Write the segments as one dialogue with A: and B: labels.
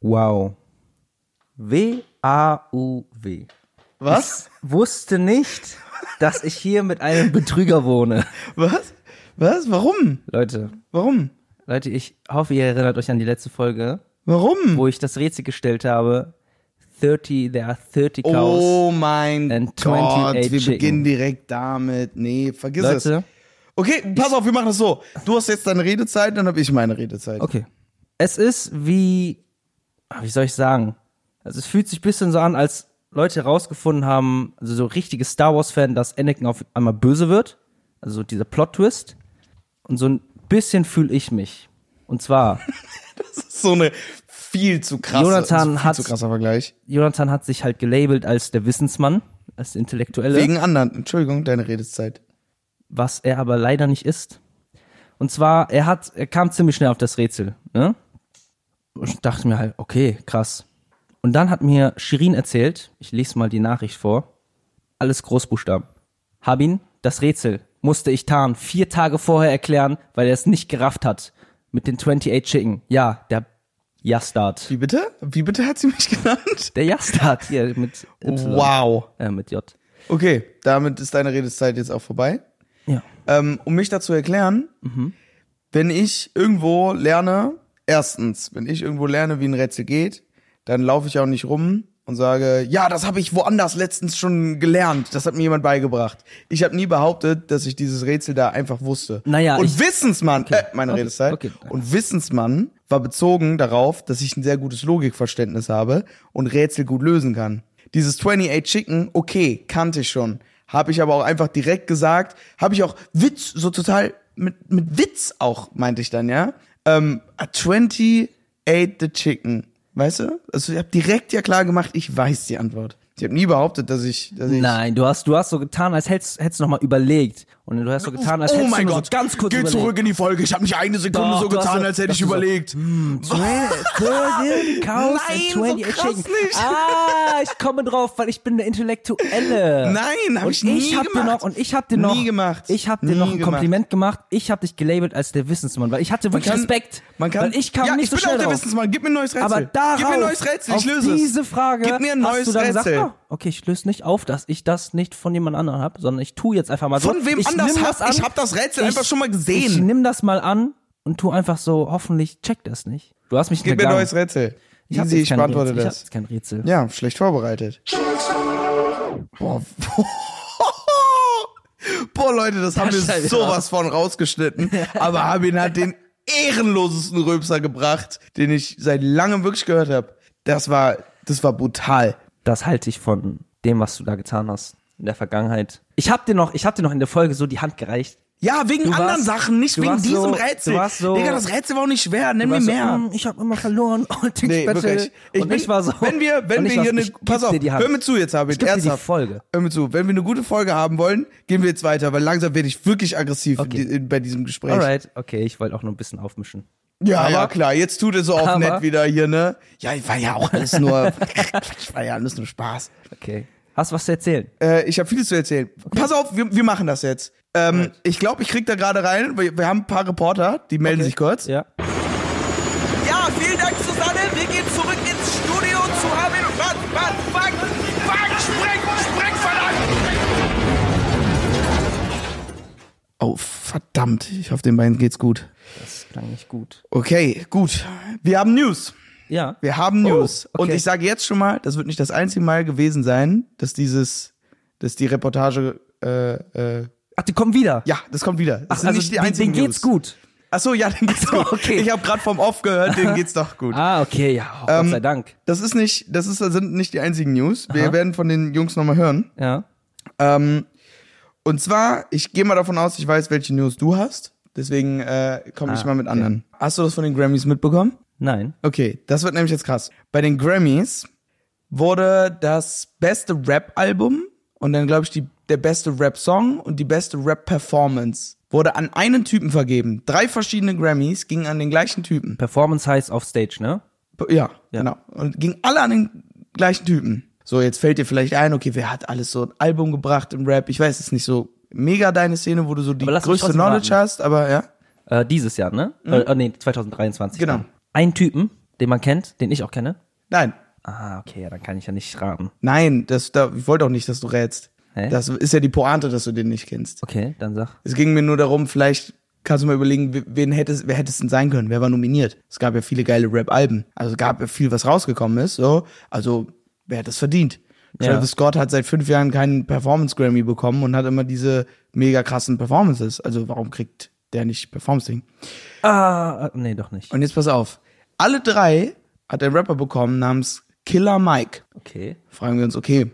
A: Wow. W-A-U-W.
B: Was?
A: Ich wusste nicht, dass ich hier mit einem Betrüger wohne.
B: Was? Was? Warum?
A: Leute,
B: Warum?
A: Leute, ich hoffe, ihr erinnert euch an die letzte Folge,
B: Warum?
A: wo ich das Rätsel gestellt habe. 30, there are 30 cows.
B: Oh mein
A: and
B: Gott,
A: 28
B: wir
A: Chicken.
B: beginnen direkt damit. Nee, vergiss es.
A: Leute,
B: Okay, pass auf, wir machen das so. Du hast jetzt deine Redezeit, dann habe ich meine Redezeit.
A: okay. Es ist wie, ah, wie soll ich sagen? Also es fühlt sich ein bisschen so an, als Leute herausgefunden haben, also so richtige Star Wars-Fan, dass Anakin auf einmal böse wird. Also so dieser Plot-Twist. Und so ein bisschen fühle ich mich. Und zwar,
B: Das ist so eine viel zu krasse,
A: Jonathan
B: viel
A: hat's-
B: zu krasser Vergleich.
A: Jonathan hat sich halt gelabelt als der Wissensmann, als der Intellektuelle.
B: Wegen anderen. Entschuldigung, deine Redezeit.
A: was er aber leider nicht ist. Und zwar, er hat, er kam ziemlich schnell auf das Rätsel, ne? Und Ich dachte mir halt, okay, krass. Und dann hat mir Shirin erzählt, ich lese mal die Nachricht vor, alles Großbuchstaben. Habin, das Rätsel musste ich Tarn vier Tage vorher erklären, weil er es nicht gerafft hat. Mit den 28 Chicken. Ja, der Jastard.
B: Wie bitte? Wie bitte hat sie mich genannt?
A: Der Jastard hier mit Y.
B: Wow.
A: Äh, mit J.
B: Okay, damit ist deine Redezeit jetzt auch vorbei.
A: Ja.
B: Ähm, um mich dazu erklären,
A: Mhm.
B: wenn ich irgendwo lerne, erstens, wenn ich irgendwo lerne, wie ein Rätsel geht, dann laufe ich auch nicht rum und sage, ja, das habe ich woanders letztens schon gelernt. Das hat mir jemand beigebracht. Ich habe nie behauptet, dass ich dieses Rätsel da einfach wusste.
A: Naja,
B: und
A: ich-
B: Wissensmann, äh, meine
A: Okay,
B: Redezeit,
A: okay.
B: und Wissensmann war bezogen darauf, dass ich ein sehr gutes Logikverständnis habe und Rätsel gut lösen kann. Dieses 28 Chicken, okay, kannte ich schon. Habe ich aber auch einfach direkt gesagt. Habe ich auch Witz, so total mit, mit Witz auch, meinte ich dann, ja. Ähm, 28 the Chicken. Weißt du? Also ich habe direkt ja klar gemacht, ich weiß die Antwort. Ich habe nie behauptet, dass ich, dass ich
A: Nein, du hast, du hast so getan, als hättest, hättest du nochmal überlegt. Und du hast so getan, als hättest du nur so ganz kurz
B: Oh Geh
A: überlegt.
B: zurück in die Folge. Ich habe nicht eine Sekunde
A: Doch,
B: so
A: du hast
B: getan,
A: so-
B: als hätte
A: dass
B: ich
A: du so,
B: überlegt.
A: Thirty cows
B: Nein,
A: and
B: so
A: 20
B: krass
A: chicken.
B: nicht.
A: Ah, ich komme drauf, weil ich bin der Intellektuelle.
B: Nein, hab
A: und
B: ich nie
A: hab Dir
B: gemacht.
A: noch, und ich hab dir noch,
B: Nie gemacht.
A: ich hab dir
B: Nie
A: noch ein
B: gemacht.
A: Kompliment gemacht. Ich hab dich gelabelt als der Wissensmann, weil ich hatte wirklich Respekt.
B: Man kann,
A: weil ich kam
B: ja,
A: nicht
B: ich
A: so
B: bin
A: schnell
B: auch der
A: drauf.
B: Wissensmann. Gib mir ein neues Rätsel.
A: Aber darauf,
B: Gib mir ein neues Rätsel. Ich
A: auf
B: löse es.
A: diese Frage
B: Gib mir ein
A: hast
B: neues
A: du dann gesagt,
B: Rätsel.
A: ah, okay, ich löse nicht auf, dass ich das nicht von jemand anderem habe, sondern ich tue jetzt einfach mal so.
B: Von wem
A: ich
B: anders
A: nimm
B: hab-
A: das an,
B: ich hab das Rätsel einfach schon mal gesehen.
A: Ich nimm das mal an und tu einfach so, hoffentlich checkt das nicht. Du hast mich
B: Gib mir ein
A: hintergangen.
B: neues Rätsel.
A: Ich hab
B: Easy,
A: jetzt
B: ich
A: kein
B: beantworte
A: Rätsel. Ich hab
B: das.
A: jetzt kein Rätsel.
B: Ja, schlecht vorbereitet. Boah, Boah Leute, das haben
A: Das halt
B: wir
A: schneiden wir
B: sowas von rausgeschnitten. Aber Habin hat den ehrenlosesten Röpser gebracht, den ich seit langem wirklich gehört habe. Das war, das war brutal.
A: Das halte ich von dem, was du da getan hast in der Vergangenheit. Ich hab dir noch, ich hab dir noch in der Folge so die Hand gereicht.
B: Ja, wegen
A: Du
B: anderen
A: warst-
B: Sachen, nicht
A: du
B: wegen
A: warst
B: diesem
A: so-
B: Rätsel.
A: du warst so-
B: Digga, das Rätsel war auch nicht schwer, nimm
A: Du warst
B: mir
A: so,
B: mehr.
A: "Mm, ich habe immer verloren und ich
B: Nee,
A: bettel."
B: wirklich. Ich
A: und
B: bin,
A: ich war so.
B: Wenn wir, wenn
A: und ich
B: wir
A: war so,
B: hier eine,
A: ich geb
B: pass auf,
A: dir die Hand.
B: hör mir zu jetzt,
A: geb
B: Habit,
A: dir die
B: ernsthaft.
A: Folge.
B: Hör mir zu, wenn wir eine gute Folge haben wollen, gehen wir jetzt weiter, weil langsam werde ich wirklich aggressiv in,
A: Okay.
B: die- in, bei diesem Gespräch.
A: Alright, okay, ich wollte auch nur ein bisschen aufmischen.
B: Ja, ja, klar, jetzt tut es so auch
A: aber-
B: nett wieder hier, ne? Ja, war ja auch alles nur, Quatsch, war ja alles nur Spaß.
A: Okay. Hast du was zu erzählen?
B: Äh, ich habe vieles zu erzählen. Pass auf, wir, wir machen das jetzt. Ähm, Ich glaube, ich krieg da gerade rein, wir, wir haben ein paar Reporter, die melden sich kurz.
A: Ja.
C: Ja, vielen Dank, Susanne. Wir gehen zurück ins Studio zu Armin. Mann, Mann, Mann, Mann, spreng, spreng, verdammt!
B: Oh, verdammt, ich hoffe, den beiden geht's gut.
A: Das klang nicht gut.
B: Okay, gut. Wir haben News.
A: Ja.
B: Wir haben News.
A: Oh, okay.
B: Und ich sage jetzt schon mal, das wird nicht das einzige Mal gewesen sein, dass dieses, dass die Reportage, äh, äh,
A: Ach, die kommen wieder.
B: ja, das kommt wieder. Das
A: Ach, also denen, denen geht's gut.
B: Ach so, ja, denen geht's gut.
A: okay.
B: Ich habe gerade vom Off gehört, denen geht's doch gut.
A: Ah, okay, ja. Oh,
B: Ähm,
A: Gott sei Dank.
B: Das ist nicht, das ist, das sind nicht die einzigen News. Wir werden von den Jungs nochmal hören.
A: Ja.
B: Ähm, und zwar, ich gehe mal davon aus, ich weiß, welche News du hast. Deswegen äh, komme
A: Ah,
B: ich mal mit anderen. Hast du das von den Grammys mitbekommen?
A: Nein.
B: Okay, das wird nämlich jetzt krass. Bei den Grammys wurde das beste Rap-Album und dann, glaube ich, die, der beste Rap-Song und die beste Rap-Performance wurde an einen Typen vergeben. Drei verschiedene Grammys gingen an den gleichen Typen.
A: Performance heißt auf Stage, ne?
B: Ja, genau. Und gingen alle an den gleichen Typen. So, jetzt fällt dir vielleicht ein, okay, wer hat alles so ein Album gebracht im Rap? Ich weiß, es ist nicht so mega deine Szene, wo du so die
A: Aber lass mich
B: größte
A: trotzdem
B: Knowledge
A: raten.
B: hast, aber ja.
A: Äh, dieses Jahr, ne? Äh, äh, nee, 2023.
B: Mhm. Genau.
A: Ein Typen, den man kennt, den ich auch kenne?
B: Nein,
A: Ah, okay, ja, dann kann ich ja nicht raten.
B: nein, das, da, ich wollte auch nicht, dass du rätst.
A: Hä?
B: Das ist ja die Pointe, dass du den nicht kennst.
A: Okay, dann sag.
B: Es ging mir nur darum, vielleicht kannst du mal überlegen, we- wen hätte es, wer hätte es denn sein können? Wer war nominiert? Es gab ja viele geile Rap-Alben. Also es gab ja viel, was rausgekommen ist. So. Also wer hat es verdient?
A: Ja.
B: Travis Scott hat seit fünf Jahren keinen Performance-Grammy bekommen und hat immer diese mega krassen Performances. Also warum kriegt der nicht Performance-Ding?
A: Ah, nee, doch nicht.
B: Und jetzt pass auf. Alle drei hat ein Rapper bekommen namens Killer Mike
A: Okay.
B: fragen wir uns, okay,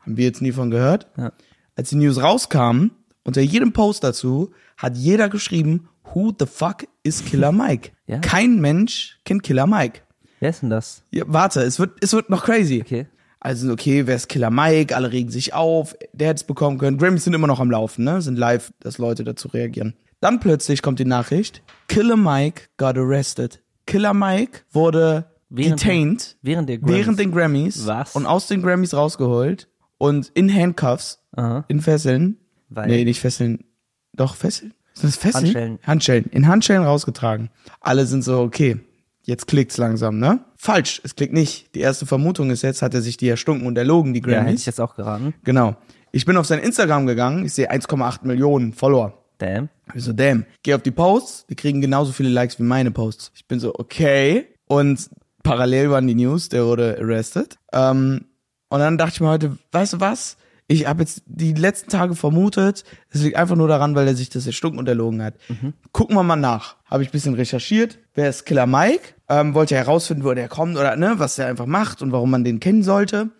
B: haben wir jetzt nie von gehört?
A: Ja.
B: Als die News rauskamen, unter jedem Post dazu hat jeder geschrieben, who the fuck is Killer Mike?
A: Ja.
B: Kein Mensch kennt Killer Mike.
A: Wer ist denn das?
B: Ja, warte, es wird, es wird noch crazy.
A: Okay.
B: Also, okay, wer ist Killer Mike? Alle regen sich auf, der hätte es bekommen können. Grammys sind immer noch am Laufen, ne? Sind live, dass Leute dazu reagieren. Dann plötzlich kommt die Nachricht, Killer Mike got arrested. Killer Mike wurde
A: Während-
B: detained
A: Während der Grammys.
B: während den Grammys
A: Was?
B: und aus den Grammys rausgeholt und in Handcuffs,
A: Aha.
B: in Fesseln.
A: Weil-
B: nee, nicht Fesseln. Doch, Fesseln? Sind das Fesseln?
A: Handschellen.
B: Handschellen. In Handschellen rausgetragen. Alle sind so, okay, jetzt klickt's langsam, ne? Falsch, es klickt nicht. Die erste Vermutung ist jetzt, hat er sich die erstunken und erlogen, die
A: Ja, hätte
B: Grammys.
A: ich jetzt auch geraten.
B: genau. Ich bin auf sein Instagram gegangen, ich sehe 1,8 Millionen Follower.
A: Damn.
B: Ich bin so, damn. Geh auf die Posts, die kriegen genauso viele Likes wie meine Posts. Ich bin so, okay. Und parallel waren die News, der wurde arrested. Ähm, und dann dachte ich mir heute, weißt du was? Ich habe jetzt die letzten Tage vermutet, es liegt einfach nur daran, weil er sich das erstunken und erlogen hat. Gucken wir mal nach. Habe ich ein bisschen recherchiert. Wer ist Killer Mike? Ähm, wollte herausfinden, wo der kommt oder ne, was der einfach macht und warum man den kennen sollte.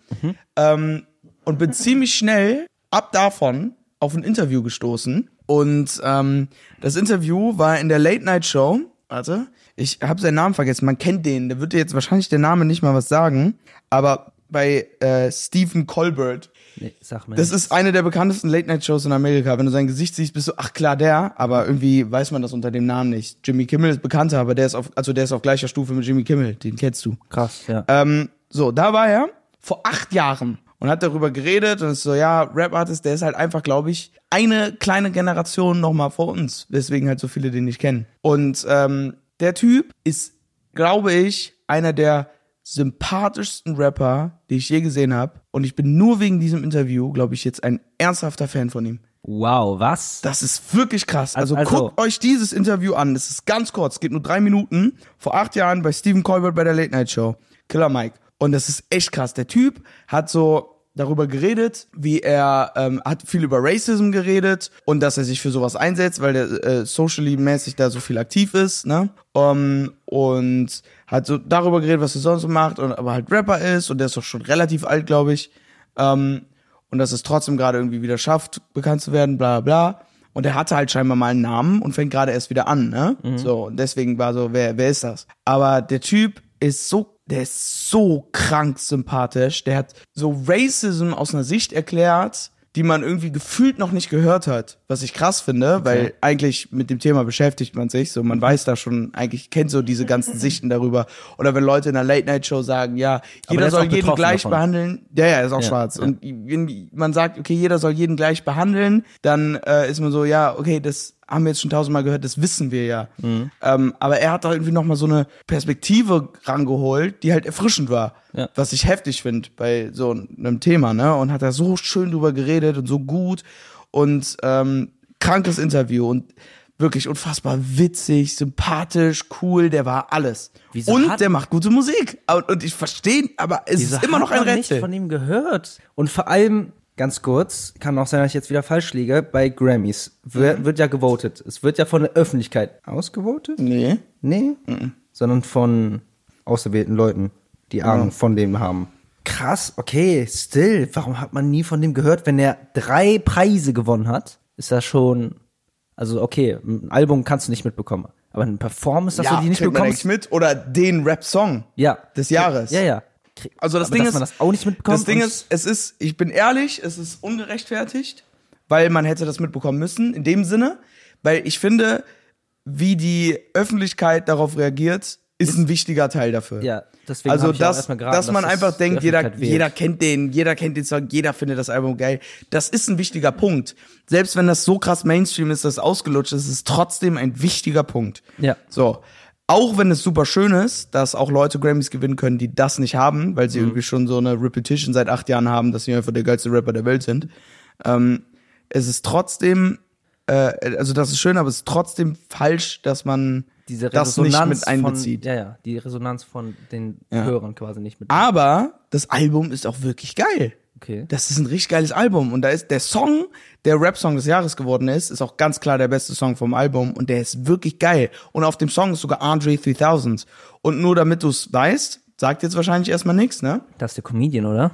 B: Ähm, und bin ziemlich schnell ab davon auf ein Interview gestoßen. Und ähm, das Interview war in der Late Night Show. Warte, ich habe seinen Namen vergessen. Man kennt den. Da wird dir jetzt wahrscheinlich der Name nicht mal was sagen. Aber bei äh, Stephen Colbert.
A: Nee, sag mir.
B: Das
A: nicht.
B: ist eine der bekanntesten Late Night Shows in Amerika. Wenn du sein Gesicht siehst, bist du, ach klar, der. Aber irgendwie weiß man das unter dem Namen nicht. Jimmy Kimmel ist bekannter, aber der ist auf, also der ist auf gleicher Stufe mit Jimmy Kimmel. Den kennst du.
A: krass, ja.
B: Ähm, so, da war er vor acht Jahren und hat darüber geredet und ist so, ja, Rap-Artist, der ist halt einfach, glaube ich, eine kleine Generation nochmal vor uns. Deswegen halt so viele den nicht kennen. Und ähm, der Typ ist, glaube ich, einer der sympathischsten Rapper, die ich je gesehen habe. Und ich bin nur wegen diesem Interview, glaube ich, jetzt ein ernsthafter Fan von ihm.
A: wow, was?
B: Das ist wirklich krass. Also,
A: Also-
B: guckt euch dieses Interview an. Es ist ganz kurz, geht nur drei Minuten. Vor acht Jahren bei Stephen Colbert bei der Late Night Show. Killer Mike. Und das ist echt krass. Der Typ hat so darüber geredet, wie er ähm, hat viel über Racism geredet und dass er sich für sowas einsetzt, weil der äh, socially mäßig da so viel aktiv ist, ne? Ähm, und hat so darüber geredet, was er sonst so macht und aber halt Rapper ist und der ist doch schon relativ alt, glaube ich. Ähm, und dass es trotzdem gerade irgendwie wieder schafft, bekannt zu werden, bla bla bla. Und er hatte halt scheinbar mal einen Namen und fängt gerade erst wieder an, ne?
A: Mhm.
B: So, und deswegen war so, wer, wer ist das? Aber der Typ ist so, der ist so krank sympathisch. Der hat so Racism aus einer Sicht erklärt, die man irgendwie gefühlt noch nicht gehört hat. Was ich krass finde, weil eigentlich mit dem Thema beschäftigt man sich so. Man weiß da schon, eigentlich kennt so diese ganzen Sichten darüber. Oder wenn Leute in einer Late-Night-Show sagen, ja,
A: der
B: jeder
A: ist auch
B: soll jeden
A: betroffen
B: gleich
A: davon.
B: behandeln behandeln. Ja, ja, ist auch
A: Ja,
B: schwarz.
A: ja.
B: Und wenn man sagt, okay, jeder soll jeden gleich behandeln, dann äh, ist man so, ja, okay, das haben wir jetzt schon tausendmal gehört, das wissen wir ja.
A: Mhm.
B: Ähm, aber er hat da irgendwie nochmal so eine Perspektive rangeholt, die halt erfrischend war.
A: Ja.
B: Was ich heftig finde bei so einem Thema, ne? Und hat da so schön drüber geredet und so gut und ähm, krankes Interview und wirklich unfassbar witzig, sympathisch, cool, der war alles.
A: Wieso
B: und
A: hat-
B: der macht gute Musik. Und, und ich verstehe, aber es
A: Wieso
B: ist immer
A: hat
B: noch ein
A: man
B: Rätsel.
A: nicht von ihm gehört. Und vor allem, ganz kurz, kann auch sein, dass ich jetzt wieder falsch liege, bei Grammys wird, wird ja gewotet. Es wird ja von der Öffentlichkeit ausgewotet?
B: Nee.
A: Nee. Mhm. Sondern von auserwählten Leuten, die Ahnung von dem haben. Krass, okay, still. Warum hat man nie von dem gehört, wenn er drei Preise gewonnen hat? Ist das schon. Also, okay, ein Album kannst du nicht mitbekommen. Aber eine Performance, dass
B: ja,
A: du die nicht
B: kriegt man
A: bekommst.
B: nichts mit oder den Rap-Song
A: Ja.
B: des Jahres.
A: Ja, ja. Krieg-
B: Also das
A: aber
B: Ding
A: dass
B: ist,
A: man das auch nicht mitbekommt.
B: Das Ding
A: und-
B: ist, es ist, ich bin ehrlich, es ist ungerechtfertigt, weil man hätte das mitbekommen müssen. In dem Sinne, weil ich finde, wie die Öffentlichkeit darauf reagiert, ist ein wichtiger Teil dafür.
A: Ja, deswegen
B: Also
A: hab ich auch
B: das,
A: erstmal geraten,
B: dass man
A: das
B: einfach
A: die
B: denkt, jeder,
A: Öffentlichkeit wählt.
B: jeder kennt den, jeder kennt den Song, jeder findet das Album geil. Das ist ein wichtiger Punkt. Selbst wenn das so krass Mainstream ist, dass es ausgelutscht ist, ist es trotzdem ein wichtiger Punkt.
A: Ja.
B: So. Auch wenn es super schön ist, dass auch Leute Grammys gewinnen können, die das nicht haben, weil sie
A: Mhm.
B: irgendwie schon so eine Repetition seit acht Jahren haben, dass sie einfach der geilste Rapper der Welt sind. Ähm, es ist trotzdem, äh, also das ist schön, aber es ist trotzdem falsch, dass man
A: Diese
B: das
A: Resonanz
B: nicht mit einbezieht.
A: Von, ja, ja, die Resonanz von den
B: Ja.
A: Hörern quasi nicht mit.
B: Aber das Album ist auch wirklich geil.
A: Okay.
B: Das ist ein richtig geiles Album. Und da ist der Song, der Rap-Song des Jahres geworden ist, ist auch ganz klar der beste Song vom Album. Und der ist wirklich geil. Und auf dem Song ist sogar Andre 3000. Und nur damit du es weißt, sagt jetzt wahrscheinlich erstmal nichts, ne?
A: Das ist der Comedian, oder?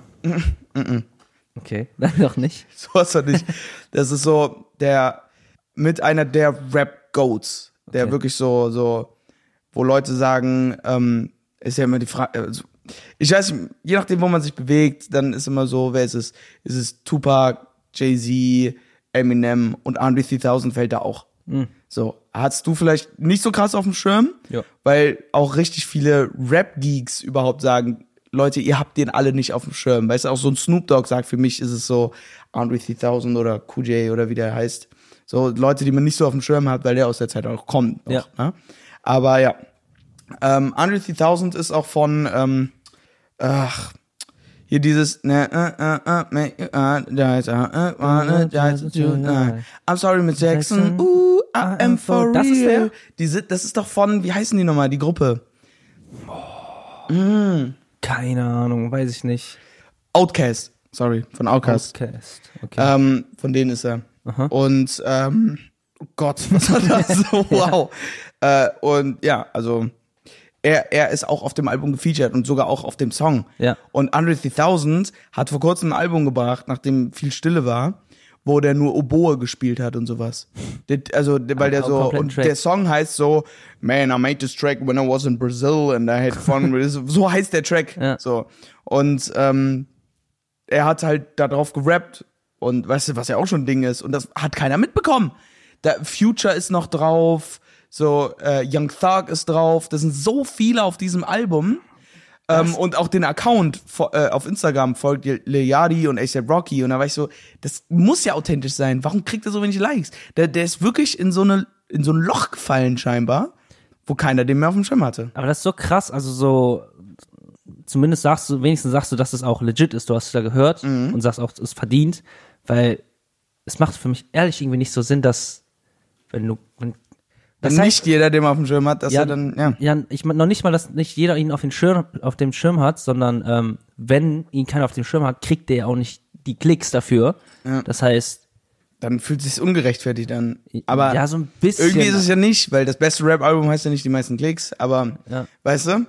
A: okay, dann doch nicht.
B: Sowas doch nicht. Das ist so der, mit einer der Rap-Goats. Der
A: Okay.
B: wirklich so, so, wo Leute sagen, ähm, ist ja immer die Frage, also, ich weiß, nicht, je nachdem, wo man sich bewegt, dann ist immer so, wer ist es? Ist es Tupac, Jay-Z, Eminem und Andre 3000 fällt da auch. So, hattest du vielleicht nicht so krass auf dem Schirm,
A: Hm. Ja.
B: weil auch richtig viele Rap-Geeks überhaupt sagen, Leute, ihr habt den alle nicht auf dem Schirm. Weißt du, auch so ein Snoop Dogg sagt, für mich ist es so Andre 3000 oder QJ oder wie der heißt. So Leute, die man nicht so auf dem Schirm hat, weil der aus der Zeit auch kommt. Noch,
A: Ja.
B: ne? Aber ja, ähm, Andre 3000 ist auch von, ähm, ach, hier dieses ne, äh, äh, äh, make you apologize, I apologize to you. äh, I'm sorry, Miss Jackson. Ooh, ah, I am Ähm, for
A: Das ist der?
B: real. Diese, das ist doch von, wie heißen die nochmal, die Gruppe?
A: Keine Ahnung, weiß ich nicht.
B: Outcast. Sorry, von Outcast.
A: Podcast. Okay.
B: Ähm, von denen ist er. Und ähm, oh Gott, was war das? wow. Äh, und ja, also er, er ist auch auf dem Album gefeatured und sogar auch auf dem Song.
A: Ja.
B: Und Andre 3000 hat vor kurzem ein Album gebracht, nachdem viel Stille war, wo der nur Oboe gespielt hat und sowas. Der, also, der, weil der
A: Auch
B: so,
A: kompletten
B: und
A: Track.
B: der Song heißt so, Man, I made this track when I was in Brazil and I had fun with it. So heißt der Track.
A: Ja.
B: So. Und ähm, er hat halt darauf gerappt und weißt du, was ja auch schon ein Ding ist. Und das hat keiner mitbekommen. Da, Future ist noch drauf, so äh, Young Thug ist drauf. Das sind so viele auf diesem Album. Ähm, und auch den Account fo- äh, auf Instagram folgt Lil- Lil Yachty und ASAP Rocky. Und da war ich so, das muss ja authentisch sein. Warum kriegt er so wenig Likes? Der, der ist wirklich in so, eine, in so ein Loch gefallen scheinbar, wo keiner den mehr auf dem Schirm hatte.
A: Aber das ist so krass, also so zumindest sagst du, wenigstens sagst du, dass es auch legit ist. Du hast es da gehört
B: Mhm.
A: und sagst auch, es ist verdient, weil es macht für mich ehrlich irgendwie nicht so Sinn, dass wenn du wenn, das heißt-
B: nicht jeder, den man auf dem Schirm hat, dass er dann, ja.
A: ich meine noch nicht mal, dass nicht jeder ihn auf, den Schirm, auf dem Schirm hat, sondern ähm, wenn ihn keiner auf dem Schirm hat, kriegt der ja auch nicht die Klicks dafür. Das heißt,
B: dann fühlt sich's ungerechtfertigt an. Aber
A: ja, so ein bisschen.
B: irgendwie ist es ja nicht, weil das beste Rap-Album heißt ja nicht die meisten Klicks, aber
A: Ja.
B: weißt du,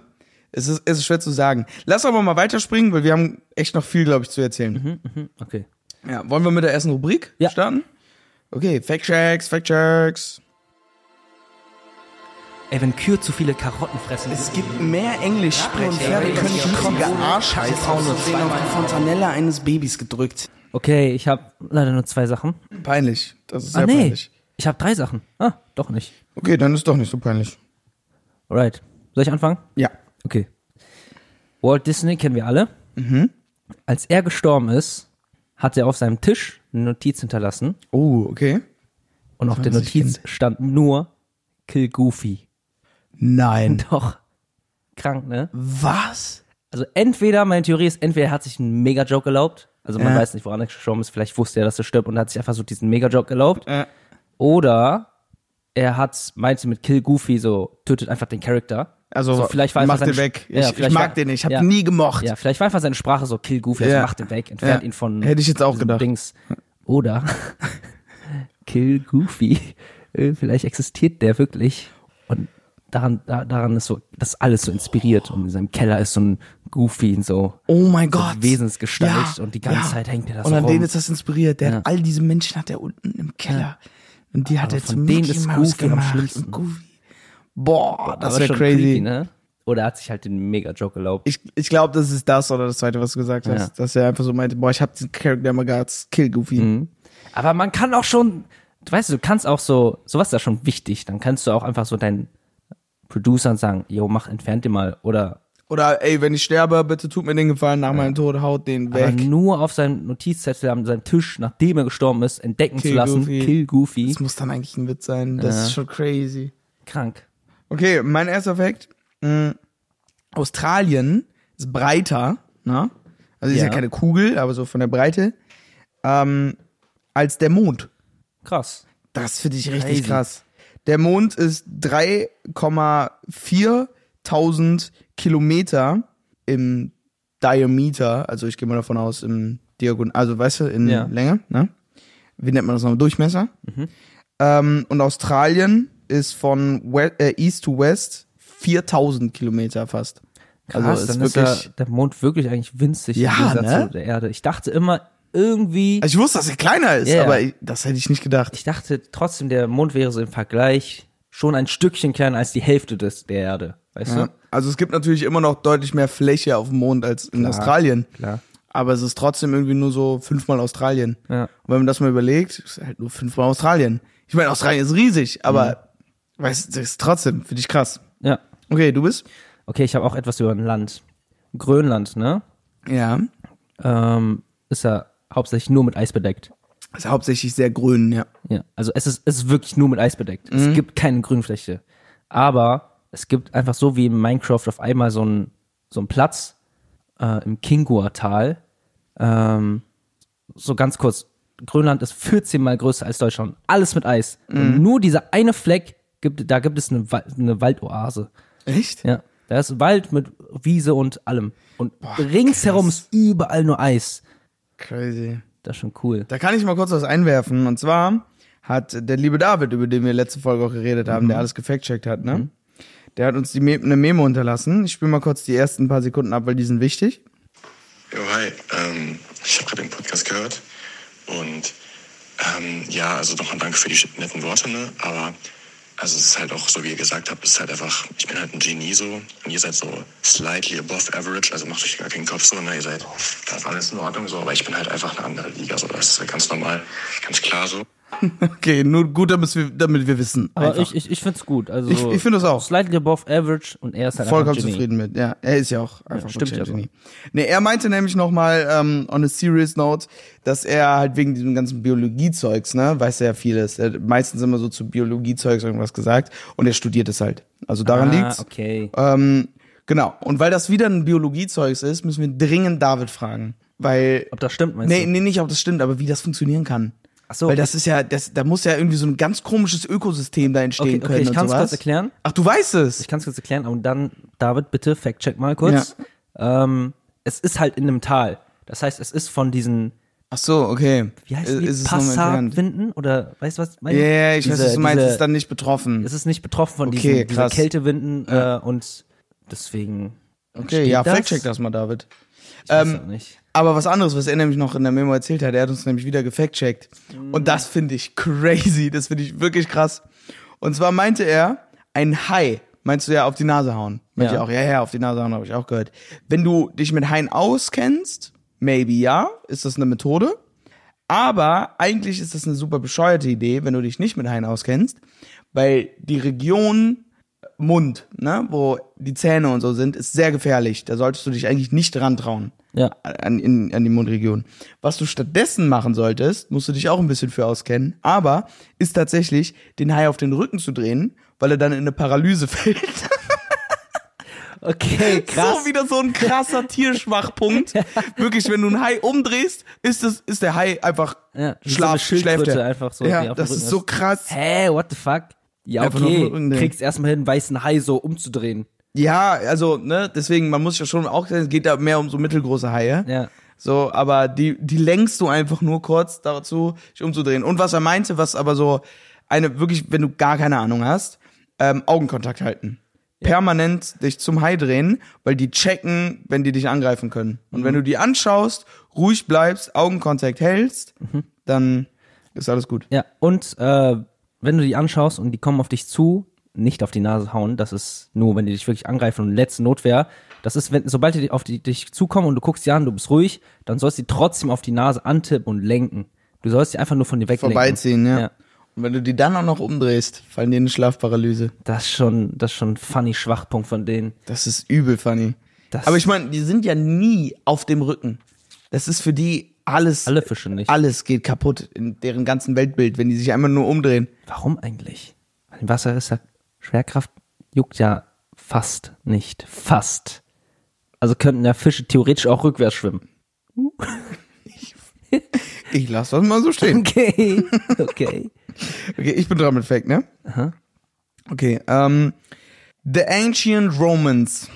B: es ist, es ist schwer zu sagen. Lass aber mal weiterspringen, weil wir haben echt noch viel, glaube ich, zu
A: Mhm.
B: erzählen.
A: okay.
B: Ja, wollen wir mit der ersten Rubrik
A: Ja.
B: starten? Okay, Fact-Checks, Fact-Checks.
A: Ey, wenn Kühe zu viele Karotten fressen,
B: Es gibt mehr Englischsprecher, die können schmutzige Arschheiß aussehen auf die Fontanelle eines Babys gedrückt.
A: Okay, ich habe leider nur zwei Sachen.
B: Peinlich, das ist
A: Ah,
B: sehr
A: nee.
B: peinlich.
A: Ich habe drei Sachen. Ah, doch nicht.
B: Okay, dann ist doch nicht so peinlich.
A: Alright. Soll ich anfangen?
B: Ja.
A: Okay. Walt Disney kennen wir alle. Als er gestorben ist, hat er auf seinem Tisch eine Notiz hinterlassen
B: Oh, okay.
A: und auf der
B: man sich
A: Notiz stand nur Kill Goofy.
B: Nein.
A: Doch. Krank, ne?
B: Was?
A: Also entweder, meine Theorie ist, entweder er hat sich einen Mega-Joke erlaubt, also man
B: Ja.
A: weiß nicht, woran er gestorben ist, vielleicht wusste er, dass er stirbt und hat sich einfach so diesen Mega-Joke erlaubt.
B: Ja.
A: Oder er hat, meinte mit Kill Goofy so, tötet einfach den Charakter.
B: Also,
A: so, vielleicht war einfach
B: mach
A: seine
B: den
A: Sch-
B: weg.
A: Ja,
B: ich, ich
A: vielleicht
B: mag
A: war-
B: den nicht. Ich habe
A: ja.
B: nie gemocht.
A: Ja, vielleicht war einfach seine Sprache so Kill Goofy, also
B: Ja.
A: macht ihn weg, entfernt
B: Ja.
A: ihn von
B: Hätte ich jetzt auch
A: diesem
B: gedacht.
A: Dings. Oder Kill Goofy, äh, vielleicht existiert der wirklich und daran, da, daran ist so, das ist alles so inspiriert und in seinem Keller ist so ein Goofy und so.
B: Oh mein
A: so
B: Gott.
A: Wesensgestalt und die ganze Zeit hängt er da
B: Und
A: so
B: an
A: rum.
B: denen ist das inspiriert. Der
A: Ja.
B: hat all diese Menschen hat er unten im Keller. Und die hat
A: Aber
B: er zu
A: von denen
B: Mickey
A: ist
B: Mouse
A: Goofy am
B: gemacht.
A: schlimmsten.
B: Und Goofy. Boah, das
A: Aber
B: wäre
A: schon
B: crazy.
A: creepy, ne? Oder er hat sich halt den Mega-Joke erlaubt.
B: Ich, ich glaube, das ist das oder das zweite, was du gesagt hast.
A: Ja.
B: Dass er einfach so meinte, boah, ich habe den Charakter mal gehabt, kill Goofy.
A: Mhm. Aber man kann auch schon, du weißt, du kannst auch so, sowas ist ja schon wichtig. Dann kannst du auch einfach so deinen Producern sagen, yo, mach, entfernt den mal. Oder
B: Oder ey, wenn ich sterbe, bitte tut mir den Gefallen, nach meinem Tod haut den
A: aber
B: weg.
A: nur auf seinem Notizzettel an seinem Tisch, nachdem er gestorben ist, entdecken
B: Kill
A: zu lassen,
B: Goofy.
A: kill Goofy.
B: Das muss dann eigentlich ein Witz sein. Das ist schon crazy.
A: Krank.
B: Okay, mein erster Fakt. Mm, Australien ist breiter, ne? Also ist ja.
A: Ja.
B: keine Kugel, aber so von der Breite. Ähm, als der Mond.
A: Krass.
B: Das finde ich richtig
A: Crazy.
B: krass. Der Mond ist 3,4000 Kilometer im Diameter, also ich gehe mal davon aus, im Diagonal, also weißt du, in
A: Ja. Mhm.
B: Länge, ne? Wie nennt man das nochmal? Durchmesser. Ähm, und Australien ist von We äh, East to West 4000 Kilometer fast.
A: Krass,
B: also
A: dann ist ja der Mond wirklich eigentlich winzig
B: Ja,
A: im Gegensatz
B: ne?
A: zu der Erde. Ich dachte immer irgendwie,
B: Also ich wusste, dass er kleiner ist,
A: Ja, ja.
B: aber ich, das hätte ich nicht gedacht.
A: ich dachte trotzdem, der Mond wäre so im Vergleich schon ein Stückchen kleiner als die Hälfte des, der Erde. Weißt
B: Ja.
A: du?
B: Also es gibt natürlich immer noch deutlich mehr Fläche auf dem Mond als in Australien.
A: Klar.
B: Aber es ist trotzdem irgendwie nur so fünfmal Australien.
A: Ja.
B: Und wenn man das mal überlegt, ist halt nur fünfmal Australien. Ich meine, Australien ist riesig, aber weißt du, das ist trotzdem, finde ich krass.
A: Ja.
B: Okay, du bist?
A: Okay, ich habe auch etwas über ein Land. Grönland, ne?
B: Ja.
A: Ähm, ist ja hauptsächlich nur mit Eis bedeckt.
B: Ist hauptsächlich sehr grün, ja.
A: Ja, also es ist, es ist wirklich nur mit Eis bedeckt. Es gibt keine Grünfläche. Aber es gibt einfach so wie in Minecraft auf einmal so einen so einen Platz äh, im Kingua-Tal. Ähm, so ganz kurz. Grönland ist 14 mal größer als Deutschland. Alles mit Eis. Und nur dieser eine Fleck, gibt, da gibt es eine, Wa- eine Waldoase.
B: Echt?
A: Ja. Da ist Wald mit Wiese und allem. Und ringsherum ist überall nur Eis.
B: Crazy.
A: Das ist schon cool.
B: Da kann ich mal kurz was einwerfen. Und zwar hat der liebe David, über den wir letzte Folge auch geredet haben, der alles gefact-checkt hat, ne? Der hat uns die Me eine Memo unterlassen. Ich spiele mal kurz die ersten paar Sekunden ab, weil die sind wichtig.
D: Jo, hi. Ähm, ich habe gerade den Podcast gehört. Und ähm, ja, also nochmal danke für die netten Worte, ne? Aber also es ist halt auch, so wie ihr gesagt habt, es ist halt einfach, ich bin halt ein Genie so. Und ihr seid so slightly above average, also macht euch gar keinen Kopf so, ne? Ihr seid, da ist alles in Ordnung so, aber ich bin halt einfach eine andere Liga, so. Das ist halt ganz normal, ganz klar so.
B: Okay, nur gut, damit wir, damit wir wissen.
A: Aber
B: Einfach.
A: ich, ich, ich find's gut. Also
B: Ich- ich find das auch.
A: Slightly above average und er ist halt
B: vollkommen
A: einfach ein Genie.
B: zufrieden mit. Ja, er ist ja auch einfach
A: stimmt
B: wirklich ein
A: ja
B: Genie. Nee, er meinte nämlich nochmal ähm, on a serious note, dass er halt wegen diesem ganzen Biologiezeugs, ne, weiß er ja vieles. Er hat meistens immer so zu Biologiezeugs irgendwas gesagt und er studiert es halt. Also daran
A: Ah,
B: liegt's.
A: okay.
B: Ähm, genau. Und weil das wieder ein Biologiezeugs ist, müssen wir dringend David fragen, weil
A: Ob das stimmt, meinst
B: Nee,
A: du?
B: nee, nicht, ob das stimmt, aber wie das funktionieren kann.
A: Ach so,
B: Weil
A: okay.
B: das ist ja, das, da muss ja irgendwie so ein ganz komisches Ökosystem da entstehen
A: Okay, okay,
B: können
A: ich
B: und
A: kann's
B: sowas.
A: kurz erklären.
B: Ach, du weißt es.
A: Ich kann's kurz erklären, und dann, David, bitte Fact-Check mal kurz. Ähm, es ist halt in einem Tal. Das heißt, es ist von diesen,
B: Ach so, okay.
A: wie heißt
B: Äh,
A: die,
B: ist es noch entfernt?
A: Passatwinden? Oder, weißt du, was ich meine?
B: Ja, ja, ich weiß,
A: Diese-
B: was du meinst,
A: diese-
B: ist dann nicht betroffen.
A: Es ist nicht betroffen von
B: Okay,
A: diesen, dieser
B: krass.
A: Kältewinden äh, und deswegen
B: okay,
A: steht
B: ja,
A: das?
B: fact-check das mal, David.
A: ich weiß
B: Ähm,
A: auch nicht.
B: Aber was anderes, was er nämlich noch in der Memo erzählt hat, er hat uns nämlich wieder gefact-checkt. Und das finde ich crazy, das finde ich wirklich krass. Und zwar meinte er, ein Hai, meinst du ja, auf die Nase hauen. Meinte
A: Ja.
B: ich auch, ja, ja, auf die Nase hauen, habe ich auch gehört. Wenn du dich mit Haien auskennst, maybe ja, ist das eine Methode. Aber eigentlich ist das eine super bescheuerte Idee, wenn du dich nicht mit Haien auskennst, weil die Region äh, Mund, ne, wo die Zähne und so sind, ist sehr gefährlich. Da solltest du dich eigentlich nicht dran trauen
A: Ja.
B: an, in, an die Mundregion. Was du stattdessen machen solltest, musst du dich auch ein bisschen für auskennen, aber ist tatsächlich, den Hai auf den Rücken zu drehen, weil er dann in eine Paralyse fällt.
A: Okay, krass.
B: So wieder so ein krasser Tierschwachpunkt. Wirklich, wenn du einen Hai umdrehst, ist, das, ist der Hai einfach
A: Ja, wie so eine
B: schlaf, schläft
A: Schildkröte
B: er.
A: einfach so, die
B: ja,
A: auf dem
B: das
A: Rücken
B: ist so
A: ist.
B: krass.
A: Hä, what the fuck? Ja,
B: Einfach nur auf den
A: okay.
B: Rücken drehen.
A: Kriegst erstmal hin, einen weißen Hai so umzudrehen.
B: Ja, also, ne, deswegen, man muss ja schon auch, es geht da mehr um so mittelgroße Haie.
A: Ja.
B: So, aber die, die lenkst du einfach nur kurz dazu, dich umzudrehen. Und was er meinte, was aber so eine, wirklich, wenn du gar keine Ahnung hast, ähm, Augenkontakt halten. Permanent dich zum Hai drehen, weil die checken, wenn die dich angreifen können. Und wenn du die anschaust, ruhig bleibst, Augenkontakt hältst, dann ist alles gut.
A: Ja, und äh, wenn du die anschaust und die kommen auf dich zu, nicht auf die Nase hauen, das ist nur, wenn die dich wirklich angreifen und letzte Notwehr. Das ist, wenn, sobald die auf die, dich zukommen und du guckst die an, du bist ruhig, dann sollst du die trotzdem auf die Nase antippen und lenken. Du sollst die einfach nur von dir weglenken.
B: Vorbeiziehen, ja.
A: Ja.
B: Und wenn du die dann auch noch umdrehst, fallen dir eine Schlafparalyse.
A: Das ist schon, das ist schon ein funny Schwachpunkt von denen.
B: Das ist übel funny.
A: Das-
B: Aber ich meine, die sind ja nie auf dem Rücken. Das ist für die alles.
A: Alle Fische nicht.
B: Alles geht kaputt in deren ganzen Weltbild, wenn die sich einmal nur umdrehen.
A: Warum eigentlich? Weil im Wasser ist ja Schwerkraft juckt ja fast nicht. Fast. Also könnten ja Fische theoretisch auch rückwärts schwimmen.
B: Ich lasse das mal so stehen.
A: Okay, okay.
B: Okay, ich bin dran mit Fake, ne? Okay, ähm, The Ancient Romans,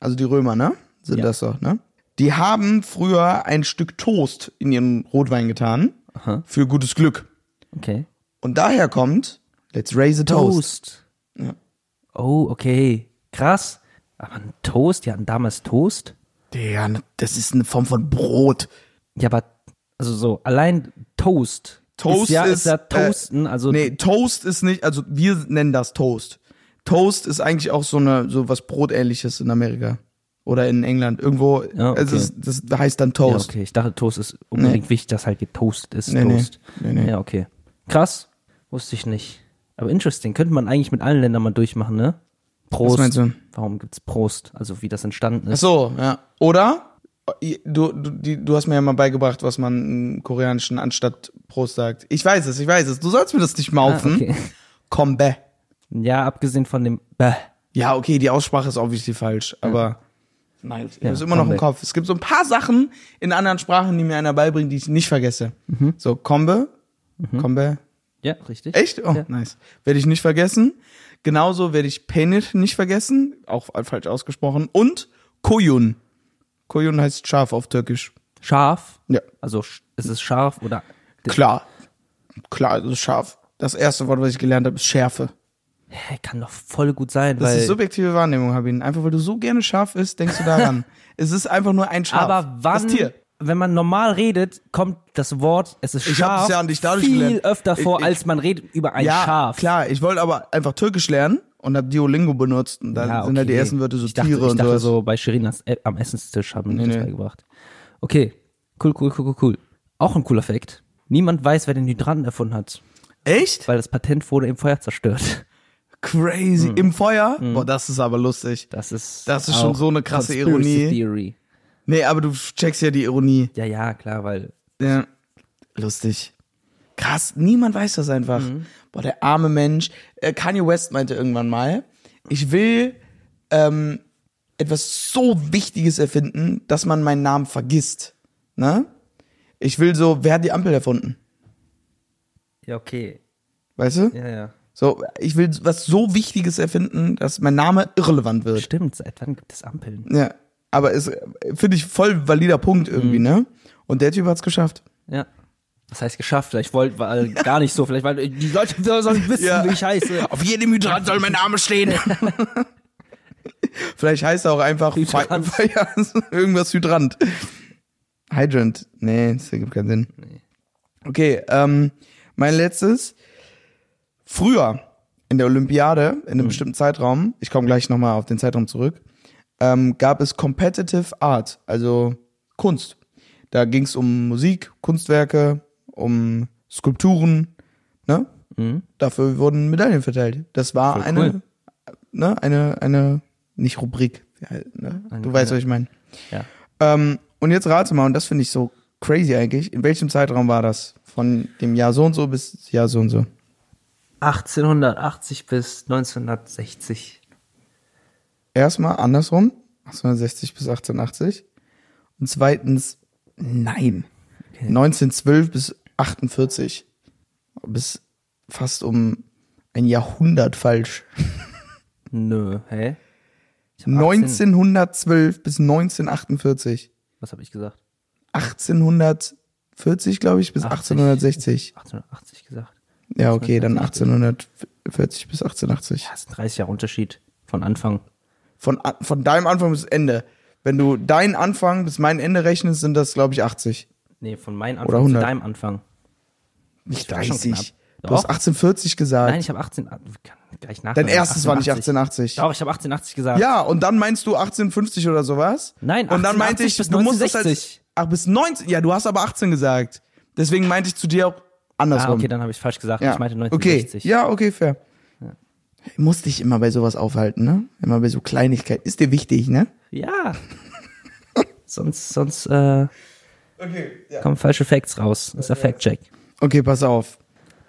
B: also die Römer, ne? Sind
A: Ja.
B: das doch, ne? Die haben früher ein Stück Toast in ihren Rotwein getan. Für gutes Glück.
A: Okay.
B: Und daher kommt, let's raise a toast.
A: Toast. Oh, okay. Krass. Aber ein Toast, die hatten damals Toast.
B: Der, das ist eine Form von Brot.
A: Ja, aber, also so, allein Toast.
B: Toast
A: ist ja, ist ja
B: äh,
A: Toasten, also
B: nee, Toast ist nicht, also wir nennen das Toast. Toast ist eigentlich auch so eine so was Brotähnliches in Amerika oder in England irgendwo.
A: Ja, Ah, okay.
B: es ist, das heißt dann
A: Ja,
B: Toast.
A: okay. Ich dachte, Toast ist unbedingt wichtig, dass halt getoastet ist.
B: Nee, nee.
A: Toast.
B: Nee, nee.
A: Ja, okay. Krass. Wusste ich nicht. Aber interesting. Könnte man eigentlich mit allen Ländern mal durchmachen, ne? Prost.
B: meinst du?
A: Warum gibt's Prost? Also, wie das entstanden
B: Ach
A: ist.
B: so, ja. Oder du, du, die, du hast mir ja mal beigebracht, was man im Koreanischen anstatt Prost sagt. Ich weiß es, ich weiß es. Du sollst mir das nicht maufen.
A: Ah, okay.
B: Kombe.
A: Ja, abgesehen von dem Bäh.
B: Ja, okay, die Aussprache ist obviously falsch, aber nein, ich hab's
A: Ja,
B: immer noch im
A: Kombe.
B: Kopf. Es gibt so ein paar Sachen in anderen Sprachen, die mir einer beibringt, die ich nicht vergesse. So, Kombe, Kombe,
A: Ja, richtig.
B: echt? Oh,
A: Ja.
B: nice. Werde ich nicht vergessen. Genauso werde ich Penit nicht vergessen, auch falsch ausgesprochen. Und Koyun. Koyun heißt Schaf auf Türkisch.
A: Scharf.
B: Ja,
A: Also, sch- ist es scharf oder.
B: klar. Klar, das ist scharf. Das erste Wort, was ich gelernt habe, ist Schärfe.
A: Hä, äh, kann doch voll gut sein,
B: Das
A: weil.
B: ist subjektive Wahrnehmung, Habin. Einfach weil du so gerne scharf isst, denkst du daran. es ist einfach nur ein Schaf.
A: aber wann,
B: Das Tier.
A: wenn man normal redet, kommt das Wort, es ist
B: Ich hab
A: scharf,
B: das ja an dich dadurch
A: viel
B: gelernt.
A: öfter
B: Ich-
A: vor,
B: ich-
A: als man redet über ein
B: ja,
A: Schaf.
B: klar. Ich wollte aber einfach Türkisch lernen und hab Duolingo benutzt und dann
A: Ja,
B: Also, sind da die
A: okay.
B: ersten Wörter so
A: ich dachte,
B: Tiere
A: ich
B: und
A: dachte
B: sowas.
A: so, bei Shirin ans- äh, am Essenstisch haben die
B: Nee,
A: das
B: nee.
A: beigebracht. Okay, cool, cool, cool, cool, cool. Auch ein cooler Fact. Niemand weiß, wer den Hydranten erfunden hat,
B: Echt?
A: weil das Patent wurde im Feuer zerstört.
B: Crazy.
A: Hm.
B: Im Feuer? Boah, das ist aber lustig.
A: Das ist
B: Das ist schon
A: auch
B: so eine krasse
A: Conspiracy
B: Ironie.
A: Theory.
B: Nee, aber du checkst ja die Ironie.
A: Ja, ja, klar, weil
B: Ja. Lustig. Krass, niemand weiß das einfach.
A: Hm.
B: Boah, der arme Mensch. Äh, Kanye West meinte irgendwann mal, ich will ähm, etwas so Wichtiges erfinden, dass man meinen Namen vergisst. Ne? Ich will so, wer hat die Ampel erfunden?
A: ja okay,
B: Weißt du?
A: ja ja.
B: So, ich will was so Wichtiges erfinden, dass mein Name irrelevant wird.
A: Stimmt, seit wann gibt es Ampeln?
B: Ja. Aber ist, äh, finde ich, voll valider Punkt irgendwie, ne? Und der Typ hat's geschafft.
A: Ja. Was heißt geschafft? Vielleicht wollte weil gar nicht so, vielleicht weil äh, die Leute sollen wissen,
B: Ja.
A: wie ich heiße.
B: Auf jedem Hydrant soll mein Name stehen. Vielleicht heißt er auch einfach Fe-
A: Hydrant.
B: Fe- ja, irgendwas Hydrant. Hydrant. Nee, das ergibt keinen Sinn. Okay, ähm, mein letztes. Früher in der Olympiade, in
A: Mhm.
B: einem bestimmten Zeitraum, ich komme gleich nochmal auf den Zeitraum zurück, ähm, gab es Competitive Art, also Kunst. Da ging es um Musik, Kunstwerke, um Skulpturen. Ne? Dafür wurden Medaillen verteilt. Das war
A: Mhm. Voll
B: eine,
A: cool.
B: ne, eine, eine, nicht Rubrik. ja, Ne? Du
A: Eine-
B: weißt, was ich meine.
A: Ja.
B: Ähm, und jetzt rate mal, und das finde ich so crazy eigentlich, in welchem Zeitraum war das? Von dem Jahr so und so bis Jahr so und so.
A: 1880 bis 1960.
B: Erstmal andersrum, 1860 bis 1880. Und zweitens, nein. 1912 bis 48. Bis fast um ein Jahrhundert falsch.
A: Nö, hä? Ich hab 18
B: 1912 bis 1948.
A: Was habe ich gesagt?
B: 1840, glaube ich, bis
A: 80.
B: 1860.
A: 1880 gesagt.
B: Ja, okay, dann 1840 bis 1880.
A: Das ist ein 30 Jahre Unterschied von Anfang.
B: Von, a- von deinem Anfang bis Ende. Wenn du deinen Anfang bis mein Ende rechnest, sind das, glaube ich, 80.
A: Nee, von meinem
B: Oder
A: Anfang zu
B: 100.
A: deinem Anfang.
B: Nicht
A: war schon
B: 30.
A: knapp.
B: Du hast
A: Doch.
B: 1840 gesagt.
A: Nein, ich habe 18. ah, wir können Gleich nach.
B: Dein erstes war nicht 1880.
A: Doch, ich habe 1880 gesagt.
B: Ja, und dann meinst du 1850 oder sowas?
A: Nein,
B: und dann meinte
A: 1880
B: ich,
A: bis
B: du musst das als
A: 1960.
B: Ach, bis 19. Ja, du hast aber 18 gesagt. Deswegen meinte ich zu dir auch andersrum.
A: Ah, okay, dann habe ich falsch gesagt.
B: ja.
A: Ich meinte
B: Okay.
A: 1960.
B: Ja, okay, fair. Ich muss dich immer bei sowas aufhalten, ne? Immer bei so Kleinigkeiten. Ist dir wichtig, ne?
A: Ja. sonst sonst äh,
B: Okay,
A: kommen falsche Facts raus. Das ist der Fact-Check.
B: Okay, pass auf.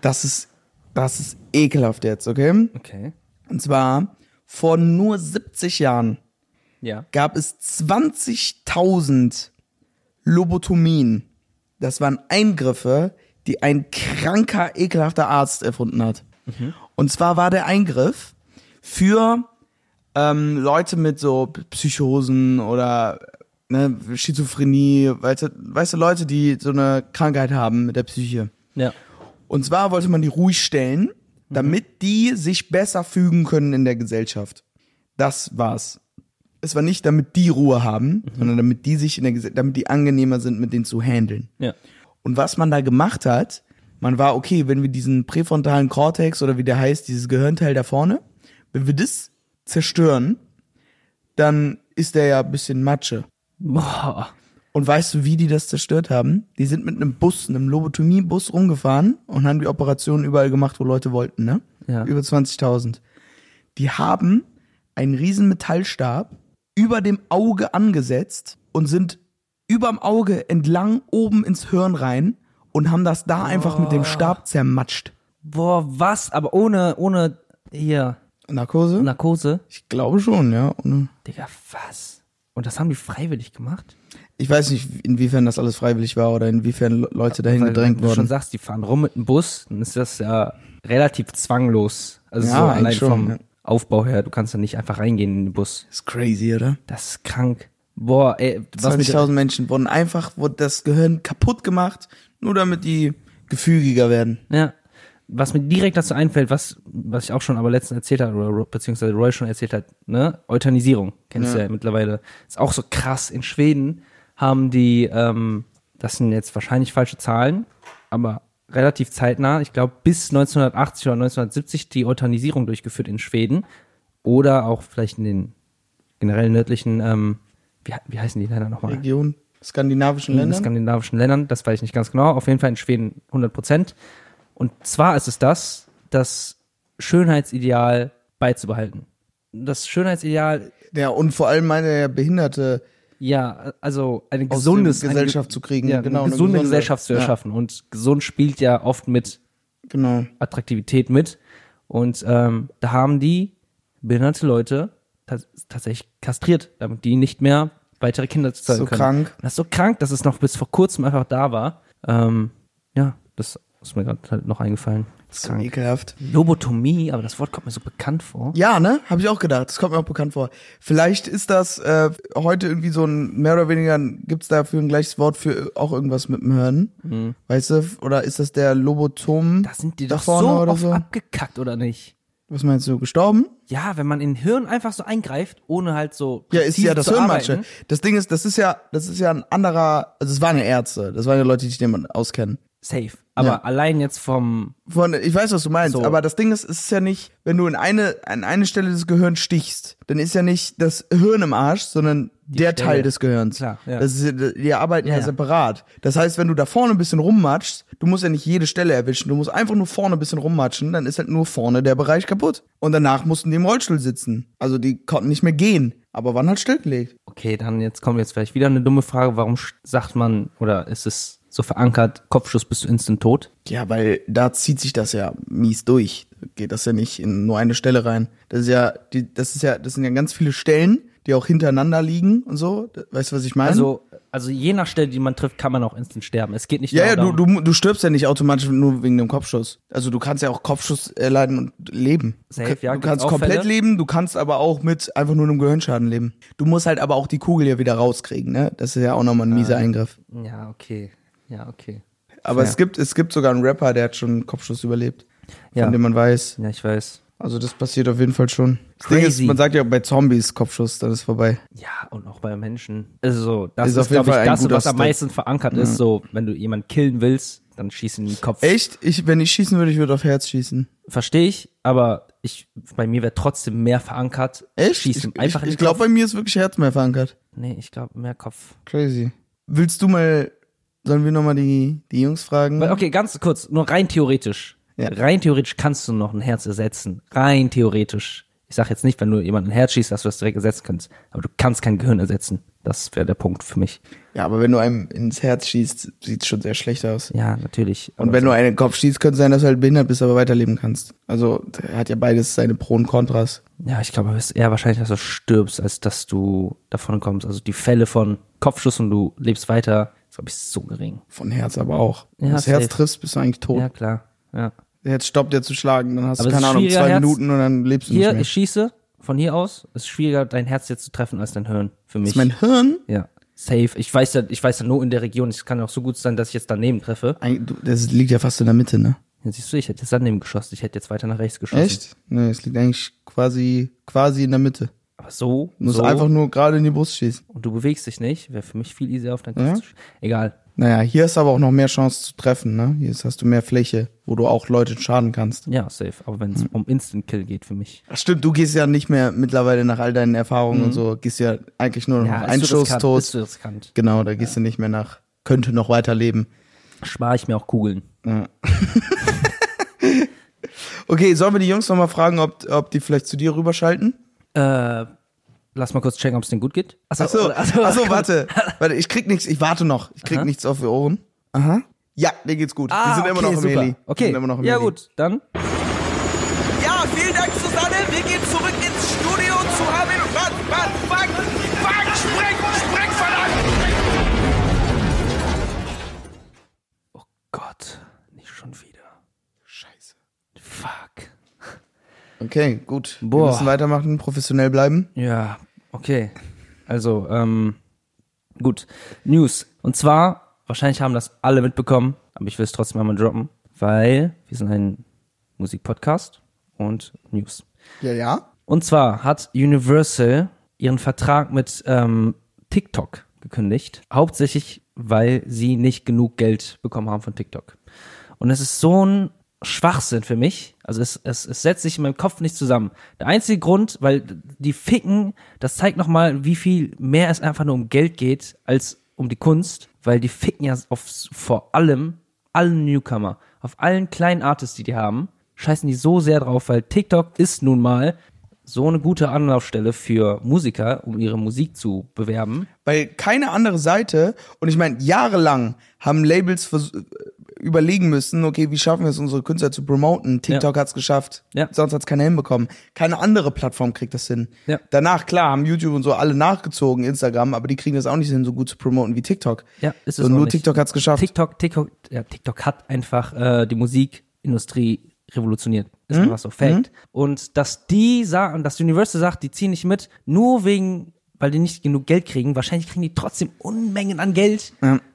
B: Das ist, das ist ekelhaft jetzt, okay?
A: Okay.
B: Und zwar, vor nur 70 Jahren
A: Ja.
B: gab es 20.000 Lobotomien. Das waren Eingriffe, die ein kranker, ekelhafter Arzt erfunden hat. Und zwar war der Eingriff für ähm, Leute mit so Psychosen oder ne, Schizophrenie, weißt du, weißt du, Leute, die so eine Krankheit haben mit der Psyche.
A: Ja.
B: Und zwar wollte man die ruhig stellen, damit die sich besser fügen können in der Gesellschaft. Das war's. Es war nicht, damit die Ruhe haben, sondern damit die sich in der Gesellschaft, damit die angenehmer sind, mit denen zu handeln.
A: Ja.
B: Und was man da gemacht hat, man war, okay, wenn wir diesen präfrontalen Kortex oder wie der heißt, dieses Gehirnteil da vorne, wenn wir das zerstören, dann ist der ja ein bisschen Matsche.
A: Boah.
B: Und weißt du, wie die das zerstört haben? Die sind mit einem Bus, einem Lobotomie-Bus rumgefahren und haben die Operationen überall gemacht, wo Leute wollten, ne?
A: Ja.
B: Über 20.000. Die haben einen riesen Metallstab über dem Auge angesetzt und sind überm Auge entlang oben ins Hirn rein und haben das da einfach mit
A: Oh.
B: dem Stab zermatscht.
A: Boah, was? Aber ohne, ohne hier
B: Narkose?
A: Narkose?
B: Ich glaube schon, ja. äh, Ohne-
A: Digga, was? Und das haben die freiwillig gemacht?
B: Ich weiß nicht, inwiefern das alles freiwillig war oder inwiefern Le- Leute dahin
A: Weil, wenn
B: gedrängt
A: du schon
B: wurden.
A: sagst, die fahren rum mit dem Bus, dann ist das ja relativ zwanglos. Also
B: Ja,
A: so
B: eigentlich
A: allein
B: schon,
A: vom
B: ja.
A: Aufbau her, du kannst da nicht einfach reingehen in den Bus.
B: ist crazy, oder?
A: Das ist krank. Boah, ey, was mit
B: 20.000 Menschen wurden einfach, wurde das Gehirn kaputt gemacht, nur damit die gefügiger werden.
A: Ja. Was mir direkt dazu einfällt, was, was ich auch schon aber letztens erzählt habe, oder Ro- beziehungsweise Roy schon erzählt hat, ne? Euthanisierung. Kennst du ja mittlerweile. Ist auch so krass. In Schweden haben die, ähm, das sind jetzt wahrscheinlich falsche Zahlen, aber relativ zeitnah, ich glaube bis 1980 oder 1970 die Euthanisierung durchgeführt in Schweden. Oder auch vielleicht in den generell nördlichen, ähm, wie, wie heißen die Länder nochmal?
B: Region, skandinavischen
A: in den
B: Ländern.
A: skandinavischen Ländern, das weiß ich nicht ganz genau, auf jeden Fall in Schweden 100 Prozent. Und zwar ist es das, das Schönheitsideal beizubehalten. Das Schönheitsideal,
B: Ja, und vor allem meine ja Behinderte.
A: ja, also eine gesunde
B: dem Gesellschaft zu kriegen,
A: ja,
B: genau,
A: eine
B: eine
A: gesunde
B: gesunde,
A: Gesellschaft zu
B: ja.
A: erschaffen. Und gesund spielt ja oft mit
B: Genau.
A: Attraktivität mit. Und ähm, da haben die behinderte Leute tats tatsächlich kastriert, damit die nicht mehr weitere Kinder zeugen
B: So
A: können.
B: krank.
A: Das ist so krank, dass es noch bis vor kurzem einfach da war. Ähm, ja, das ist mir gerade halt noch eingefallen. Das ist
B: So
A: krank.
B: ekelhaft.
A: Lobotomie, aber das Wort kommt mir so bekannt vor.
B: Ja, ne? Habe ich auch gedacht. Das kommt mir auch bekannt vor. Vielleicht ist das äh, heute irgendwie so ein, mehr oder weniger, gibt's dafür ein gleiches Wort für auch irgendwas mit dem Hirn. Weißt du? Oder ist das der Lobotom?
A: Mhm. Da sind die
B: da
A: doch
B: vorne
A: so
B: oder
A: oft
B: so?
A: abgekackt, oder nicht?
B: Was meinst du? Gestorben?
A: Ja, wenn man in den Hirn einfach so eingreift, ohne halt so
B: Ja, ist
A: präzise
B: ja das
A: zu
B: Hirnmatsche.
A: arbeiten.
B: Das Ding ist, das ist ja, das ist ja ein anderer, also es waren ja Ärzte, das waren ja Leute, die sich damit auskennen.
A: Safe. Aber
B: Ja.
A: allein jetzt vom
B: Von, ich weiß, was du meinst,
A: So.
B: aber das Ding ist, es ist ja nicht, wenn du in eine, an eine Stelle des Gehirns stichst, dann ist ja nicht das Hirn im Arsch, sondern der
A: Stelle.
B: Teil des Gehirns.
A: Klar, ja.
B: Das ist, ja- die arbeiten ja,
A: Ja, ja.
B: separat. Das heißt, wenn du da vorne ein bisschen rummatschst, du musst ja nicht jede Stelle erwischen, du musst einfach nur vorne ein bisschen rummatschen, dann ist halt nur vorne der Bereich kaputt. Und danach mussten die im Rollstuhl sitzen. Also die konnten nicht mehr gehen, aber waren halt stillgelegt.
A: Okay, dann jetzt kommt jetzt vielleicht wieder eine dumme Frage. Warum sch- sagt man oder ist es so verankert, Kopfschuss bist du instant tot?
B: Ja, weil da zieht sich das ja mies durch. Geht das ja nicht in nur eine Stelle rein. Das ist ja, die, das ist ja, das sind ja ganz viele Stellen, die auch hintereinander liegen und so. Weißt du, was ich meine?
A: Also, also je nach Stelle, die man trifft, kann man auch instant sterben. Es geht nicht
B: ja, ja, du,
A: darum-
B: du, du stirbst ja nicht automatisch nur wegen dem Kopfschuss. Also du kannst ja auch Kopfschuss erleiden und leben.
A: Safe, ja,
B: du
A: gibt's
B: kannst
A: auch
B: komplett
A: Fälle.
B: leben, du kannst aber auch mit einfach nur einem Gehirnschaden leben. Du musst halt aber auch die Kugel ja wieder rauskriegen, ne? Das ist ja auch nochmal ein mieser Eingriff.
A: Ja, okay. Ja, okay.
B: Aber
A: fair.
B: es gibt, es gibt sogar einen Rapper, der hat schon einen Kopfschuss überlebt.
A: Ja.
B: Von dem man weiß.
A: Ja, ich weiß.
B: Also das passiert auf jeden Fall schon. Das Ding ist,
A: Crazy.
B: man sagt ja bei Zombies Kopfschuss, dann ist vorbei.
A: Ja, und auch bei Menschen. Also, das
B: Ist
A: ist,
B: auf jeden
A: glaube ich,
B: Fall ein
A: das,
B: guter
A: was am
B: Step. Mhm.
A: meisten verankert ist. So, wenn du jemanden killen willst, dann schieß ihn in den Kopf.
B: Echt? Ich, wenn ich schießen würde, ich würde auf Herz schießen.
A: Verstehe ich, aber ich, bei mir wäre trotzdem mehr verankert.
B: Echt?
A: Schieß ihm
B: ich
A: einfach
B: ich,
A: in den
B: ich glaube,
A: Kopf.
B: bei mir ist wirklich Herz mehr verankert.
A: Nee, ich glaube, mehr Kopf.
B: Crazy. Willst du mal, sollen wir nochmal die, die Jungs fragen?
A: Weil, okay, ganz kurz, nur rein theoretisch.
B: Ja.
A: Rein theoretisch kannst du noch ein Herz ersetzen. Rein theoretisch. Ich sag jetzt nicht, wenn du jemanden ein Herz schießt, dass du das direkt ersetzen kannst. Aber du kannst kein Gehirn ersetzen. Das wäre der Punkt für mich.
B: Ja, aber wenn du einem ins Herz schießt, sieht's schon sehr schlecht aus.
A: Ja, natürlich.
B: Und wenn du einen in den Kopf schießt, könnte sein, dass du halt behindert bist, aber weiterleben kannst. Also er hat ja beides seine Pro und Kontras.
A: Ja, ich glaube, es ist eher wahrscheinlich, dass du stirbst, als dass du davon kommst. Also die Fälle von Kopfschuss und du lebst weiter, ist, glaube ich, so gering.
B: Von Herz aber auch. Wenn
A: Ja,
B: du das Herz
A: safe.
B: triffst, bist du eigentlich tot.
A: Ja, klar. Ja.
B: Jetzt stoppt er zu schlagen, dann hast
A: Aber
B: du
A: es
B: keine
A: ist
B: Ahnung,
A: schwieriger,
B: zwei
A: Herz-
B: Minuten und dann lebst du
A: Hier, ich
B: nicht
A: schieße, von hier aus, ist schwieriger, dein Herz jetzt zu treffen, als dein Hirn. Für mich.
B: mehr. Ist mein Hirn,
A: ja. Safe. Ich weiß ja, ich weiß ja nur in der Region. Es kann auch so gut sein, dass ich jetzt daneben treffe.
B: Eigentlich- du- das liegt ja fast in der Mitte, ne?
A: Jetzt siehst du, ich hätte jetzt daneben geschossen. Ich hätte jetzt weiter nach rechts geschossen.
B: Echt? Nee, es liegt eigentlich quasi, quasi in der Mitte.
A: Aber so,
B: Du musst
A: so
B: einfach nur gerade in die Brust schießen.
A: und du bewegst dich nicht, wäre für mich viel easier auf deinen Kopf
B: Ja.
A: zu sch- Egal.
B: Naja, hier hast du aber auch noch mehr Chance zu treffen, ne? Hier hast du mehr Fläche, wo du auch Leute schaden kannst.
A: Ja, safe. Aber
B: Hm.
A: wenn es um Instant Kill geht für mich.
B: Ach stimmt, du gehst ja nicht mehr mittlerweile nach all deinen Erfahrungen und so, gehst ja eigentlich nur noch
A: Mhm. Ja,
B: auf
A: ist
B: einen
A: zu
B: Schuss
A: riskant,
B: tot.
A: Ist zu riskant.
B: Genau, da gehst du nicht mehr nach, könnte noch weiterleben.
A: Spare ich mir auch Kugeln.
B: Okay, sollen wir die Jungs nochmal fragen, ob, ob die vielleicht zu dir rüberschalten?
A: Äh, lass mal kurz checken, ob es denen gut geht. Achso,
B: Achso,
A: oder- also,
B: achso, warte. Warte, ich krieg nichts, ich warte noch. Ich krieg
A: Aha.
B: nichts auf die Ohren. Aha. Ja, dir geht's gut.
A: Ah,
B: wir sind immer
A: okay,
B: noch im
A: super.
B: Heli.
A: Okay,
B: Wir sind immer noch im
A: ja
B: Heli.
A: gut, dann.
C: Ja, vielen Dank, Susanne. Wir gehen zurück ins Studio zu Hamid. Fuck, fuck, fuck, fuck, spreng, spreng, verdammt!
A: Oh Gott, nicht schon wieder.
B: Scheiße.
A: Fuck.
B: Okay, gut. Wir
A: Boah.
B: müssen weitermachen, professionell bleiben.
A: Ja, okay. Also, ähm, gut. News. Und zwar, wahrscheinlich haben das alle mitbekommen, aber ich will es trotzdem einmal droppen, weil wir sind ein Musikpodcast und News.
B: Ja, ja.
A: Und zwar hat Universal ihren Vertrag mit ähm, TikTok gekündigt. Hauptsächlich, weil sie nicht genug Geld bekommen haben von TikTok. Und es ist so ein Schwachsinn für mich. Also es, es, es setzt sich in meinem Kopf nicht zusammen. Der einzige Grund, weil die Ficken, das zeigt nochmal, wie viel mehr es einfach nur um Geld geht, als um die Kunst. Weil die Ficken ja auf, vor allem allen Newcomer, auf allen kleinen Artists, die die haben, scheißen die so sehr drauf, weil TikTok ist nun mal so eine gute Anlaufstelle für Musiker, um ihre Musik zu bewerben.
B: Weil keine andere Seite, und ich meine, jahrelang haben Labels vers- äh, überlegen müssen, okay, wie schaffen wir es, unsere Künstler zu promoten? TikTok hat's geschafft,
A: Ja.
B: sonst hat's keiner hinbekommen. Keine andere Plattform kriegt das hin.
A: Ja.
B: Danach, klar, haben YouTube und so alle nachgezogen, Instagram, aber die kriegen das auch nicht hin, so gut zu promoten wie TikTok.
A: Ja, ist es
B: und
A: auch
B: nur
A: nicht.
B: TikTok hat's geschafft.
A: TikTok, TikTok, ja, TikTok hat einfach äh, die Musikindustrie revolutioniert. Ist
B: Mhm.
A: einfach so Fact. Und dass die sagen, dass Universal sagt, die ziehen nicht mit, nur wegen, weil die nicht genug Geld kriegen. Wahrscheinlich kriegen die trotzdem Unmengen an Geld.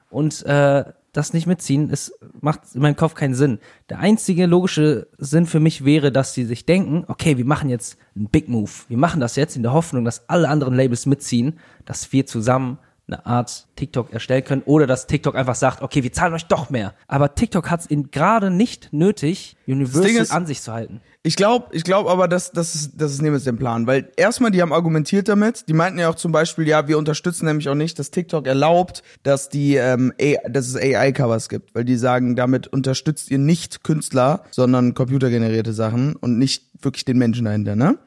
A: Und äh, das nicht mitziehen, es macht in meinem Kopf keinen Sinn. Der einzige logische Sinn für mich wäre, dass sie sich denken, okay, wir machen jetzt einen Big Move. Wir machen das jetzt in der Hoffnung, dass alle anderen Labels mitziehen, dass wir zusammen eine Art TikTok erstellen können oder dass TikTok einfach sagt, okay, wir zahlen euch doch mehr. Aber TikTok hat es gerade nicht nötig, Universal
B: ist-
A: an sich zu halten.
B: Ich glaube, ich glaube aber, dass das ist, das ist nämlich der Plan, weil erstmal die haben argumentiert damit. Die meinten ja auch zum Beispiel, ja, wir unterstützen nämlich auch nicht, dass TikTok erlaubt, dass die, ähm, A dass es AI-Covers gibt, weil die sagen, damit unterstützt ihr nicht Künstler, sondern computergenerierte Sachen und nicht wirklich den Menschen dahinter, ne?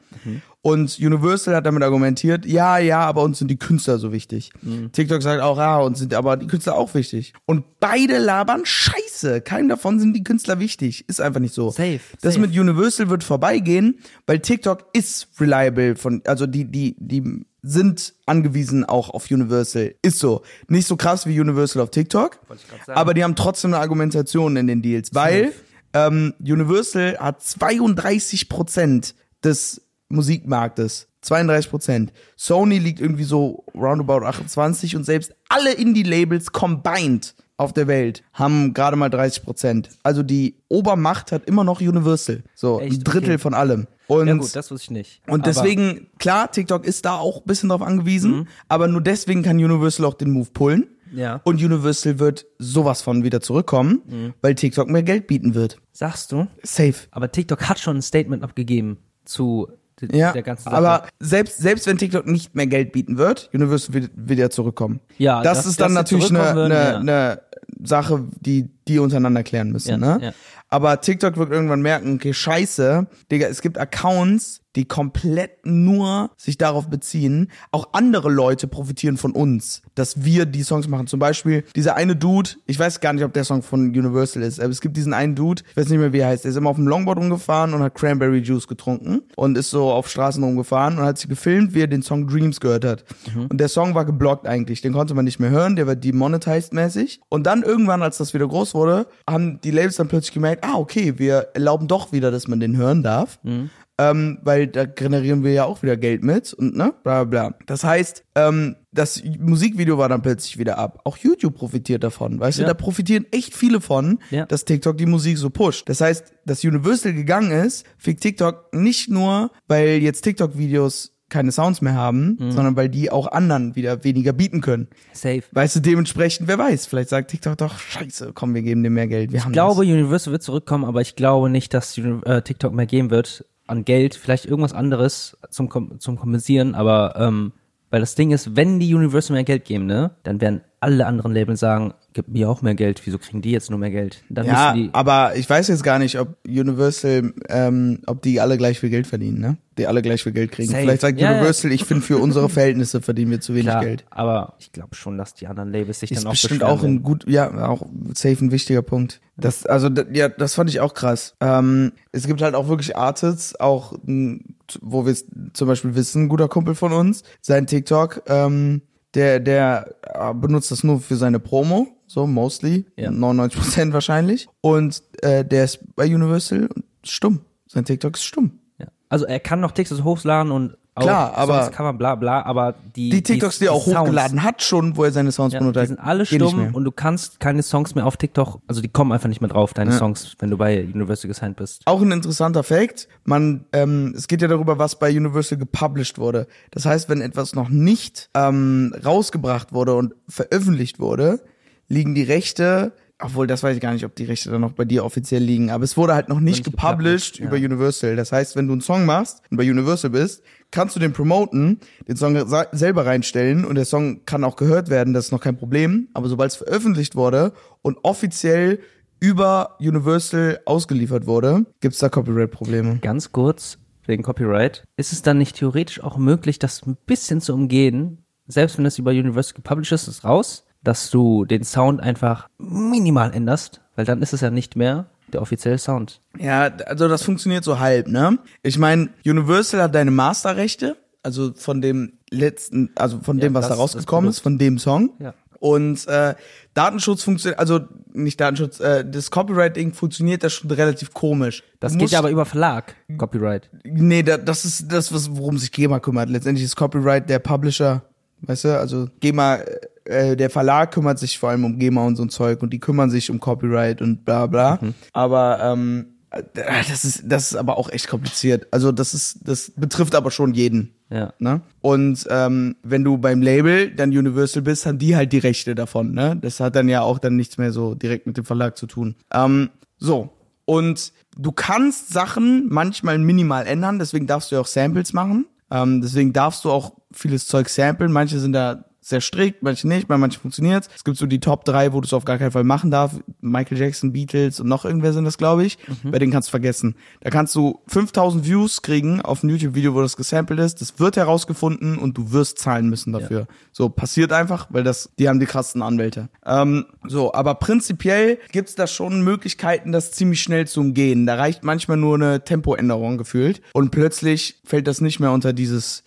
B: Und Universal hat damit argumentiert, ja, ja, aber uns sind die Künstler so wichtig. TikTok sagt auch, ja, uns sind aber die Künstler auch wichtig. Und beide labern Scheiße. Keinem davon sind die Künstler wichtig. Ist einfach nicht so.
A: Safe,
B: Das
A: safe.
B: mit Universal wird vorbeigehen, weil TikTok ist reliable von, also die, die, die sind angewiesen auch auf Universal. Ist so. Nicht so krass wie Universal auf TikTok. Aber die haben trotzdem eine Argumentation in den Deals, weil ähm, Universal hat 32 Prozent des Musikmarktes. 32 Prozent. Sony liegt irgendwie so roundabout 28 und selbst alle Indie-Labels combined auf der Welt haben gerade mal 30 Prozent. Also die Obermacht hat immer noch Universal. So
A: Echt?
B: ein Drittel
A: Okay.
B: von allem. Und
A: Ja gut, das wusste ich nicht.
B: und
A: Aber- Mhm.
B: deswegen, klar, TikTok ist da auch ein bisschen drauf angewiesen, aber nur deswegen kann Universal auch den Move pullen.
A: Ja. Mhm.
B: Und Universal wird sowas von wieder zurückkommen, weil TikTok mehr Geld bieten wird.
A: Sagst du?
B: Safe.
A: Aber TikTok hat schon ein Statement abgegeben zu d-
B: Ja,
A: der ganzen Sache.
B: aber selbst, selbst wenn TikTok nicht mehr Geld bieten wird, Universal wird wieder zurückkommen.
A: Ja,
B: das,
A: dass-
B: ist dann
A: dass sie
B: natürlich eine,
A: zurückkommen
B: eine,
A: würden,
B: eine Sache, die die untereinander klären müssen.
A: Ja,
B: ne?
A: ja.
B: Aber TikTok wird irgendwann merken, okay, scheiße, Digga, es gibt Accounts, die komplett nur sich darauf beziehen. Auch andere Leute profitieren von uns, dass wir die Songs machen. Zum Beispiel dieser eine Dude, ich weiß gar nicht, ob der Song von Universal ist, aber es gibt diesen einen Dude, ich weiß nicht mehr, wie er heißt, der ist immer auf dem Longboard rumgefahren und hat Cranberry Juice getrunken und ist so auf Straßen rumgefahren und hat sich gefilmt, wie er den Song Dreams gehört hat.
A: Mhm.
B: Und der Song war geblockt eigentlich, den konnte man nicht mehr hören, der war demonetized mäßig. Und dann irgendwann, als das wieder groß wurde, haben die Labels dann plötzlich gemerkt, ah, okay, wir erlauben doch wieder, dass man den hören darf.
A: Mhm.
B: Ähm, weil da generieren wir ja auch wieder Geld mit und ne, bla bla. bla. Das heißt, ähm, das Musikvideo war dann plötzlich wieder ab. Auch YouTube profitiert davon, weißt
A: Ja.
B: du, da profitieren echt viele von,
A: Ja.
B: dass TikTok die Musik so pusht. Das heißt, dass Universal gegangen ist, fliegt TikTok nicht nur, weil jetzt TikTok-Videos keine Sounds mehr haben,
A: Mhm.
B: sondern weil die auch anderen wieder weniger bieten können.
A: Safe.
B: Weißt du, dementsprechend, wer weiß, vielleicht sagt TikTok doch, scheiße, komm, wir geben dem mehr Geld. Wir haben
A: Ich glaube,
B: das.
A: Universal wird zurückkommen, aber ich glaube nicht, dass Uni- äh, TikTok mehr geben wird an Geld. Vielleicht irgendwas anderes zum, Kom- zum Kompensieren, aber ähm, weil das Ding ist, wenn die Universal mehr Geld geben, ne, dann werden alle anderen Labels sagen, gib mir auch mehr Geld, wieso kriegen die jetzt nur mehr Geld? Dann
B: Ja,
A: müssen die,
B: aber ich weiß jetzt gar nicht, ob Universal, ähm, ob die alle gleich viel Geld verdienen, ne? Die alle gleich viel Geld kriegen.
A: Safe.
B: Vielleicht sagt
A: Ja, ja.
B: Universal, ich finde, für unsere Verhältnisse verdienen wir zu wenig
A: klar,
B: Geld.
A: aber ich glaube schon, dass die anderen Labels sich
B: Ist
A: dann auch
B: bestimmt
A: beschweren
B: auch ein gut, ja, auch safe ein wichtiger Punkt. Das, also, d- ja, das fand ich auch krass. Ähm, es gibt halt auch wirklich Artists, auch, m, t- wo wir es zum Beispiel wissen, ein guter Kumpel von uns, sein TikTok, ähm, der, der äh, benutzt das nur für seine Promo, so mostly,
A: Ja.
B: 99% wahrscheinlich. Und äh, der ist bei Universal stumm. Sein TikTok ist stumm.
A: werden. Ja. Also er kann noch Texas hochladen und auch
B: Klar, aber-
A: Songs kann man bla bla, aber die
B: Die TikToks, die er auch
A: Sounds-
B: hochgeladen hat, schon, wo er seine Sounds
A: Ja,
B: benutzt
A: die
B: hat,
A: sind alle
B: gehen nicht mehr.
A: stumm und du kannst keine Songs mehr auf TikTok, also die kommen einfach nicht mehr drauf, deine Songs, wenn du bei Universal gesigned bist.
B: Auch ein interessanter Fact. Man, ähm, es geht ja darüber, was bei Universal gepublished wurde. Das heißt, wenn etwas noch nicht ähm, rausgebracht wurde und veröffentlicht wurde, liegen die Rechte, obwohl das weiß ich gar nicht, ob die Rechte dann noch bei dir offiziell liegen, aber es wurde halt noch
A: Noch nicht
B: nicht gepublished
A: gepublished, ja.
B: über Universal. Das heißt, wenn du einen Song machst und bei Universal bist, kannst du den promoten, den Song sa- selber reinstellen und der Song kann auch gehört werden, das ist noch kein Problem. Aber sobald es veröffentlicht wurde und offiziell über Universal ausgeliefert wurde, gibt's da Copyright-Probleme.
A: Ganz kurz, wegen Copyright, ist es dann nicht theoretisch auch möglich, das ein bisschen zu umgehen, selbst wenn es über Universal gepublished ist, ist raus, dass du den Sound einfach minimal änderst, weil dann ist es ja nicht mehr der offizielle Sound.
B: Ja, also das funktioniert so halb, ne? Ich meine, Universal hat deine Masterrechte, also von dem letzten, also von dem, was
A: das-
B: da rausgekommen
A: das
B: ist, von dem Song.
A: Ja.
B: Und äh, Datenschutz funktioniert, also nicht Datenschutz, äh, das Copyright-Ding funktioniert das schon relativ komisch.
A: Das
B: Du
A: geht
B: musst-
A: ja aber über Verlag, Copyright.
B: Nee, da, das ist das, was, worum sich GEMA kümmert. Letztendlich ist Copyright der Publisher, weißt du, also GEMA, äh, der Verlag kümmert sich vor allem um GEMA und so ein Zeug und die kümmern sich um Copyright und bla bla. Aber ähm, äh, das ist, das ist aber auch echt kompliziert. Also das ist, das betrifft aber schon jeden.
A: Ja.
B: Ne? Und ähm, wenn du beim Label dann Universal bist, haben die halt die Rechte davon. Ne? Das hat dann ja auch dann nichts mehr so direkt mit dem Verlag zu tun. Ähm, so, und du kannst Sachen manchmal minimal ändern, deswegen darfst du ja auch Samples machen. Ähm, deswegen darfst du auch vieles Zeug samplen. Manche sind da sehr strikt, manche nicht, bei manchen funktioniert es. gibt so die Top 3, wo du es auf gar keinen Fall machen darfst. Michael Jackson, Beatles und noch irgendwer sind das, glaube ich. Bei denen kannst du vergessen. Da kannst du 5000 Views kriegen auf ein YouTube-Video, wo das gesampelt ist. Das wird herausgefunden und du wirst zahlen müssen dafür. So, passiert einfach, weil das, die haben die krassesten Anwälte. Ähm, so, aber prinzipiell gibt's da schon Möglichkeiten, das ziemlich schnell zu umgehen. Da reicht manchmal nur eine Tempoänderung gefühlt und plötzlich fällt das nicht mehr unter dieses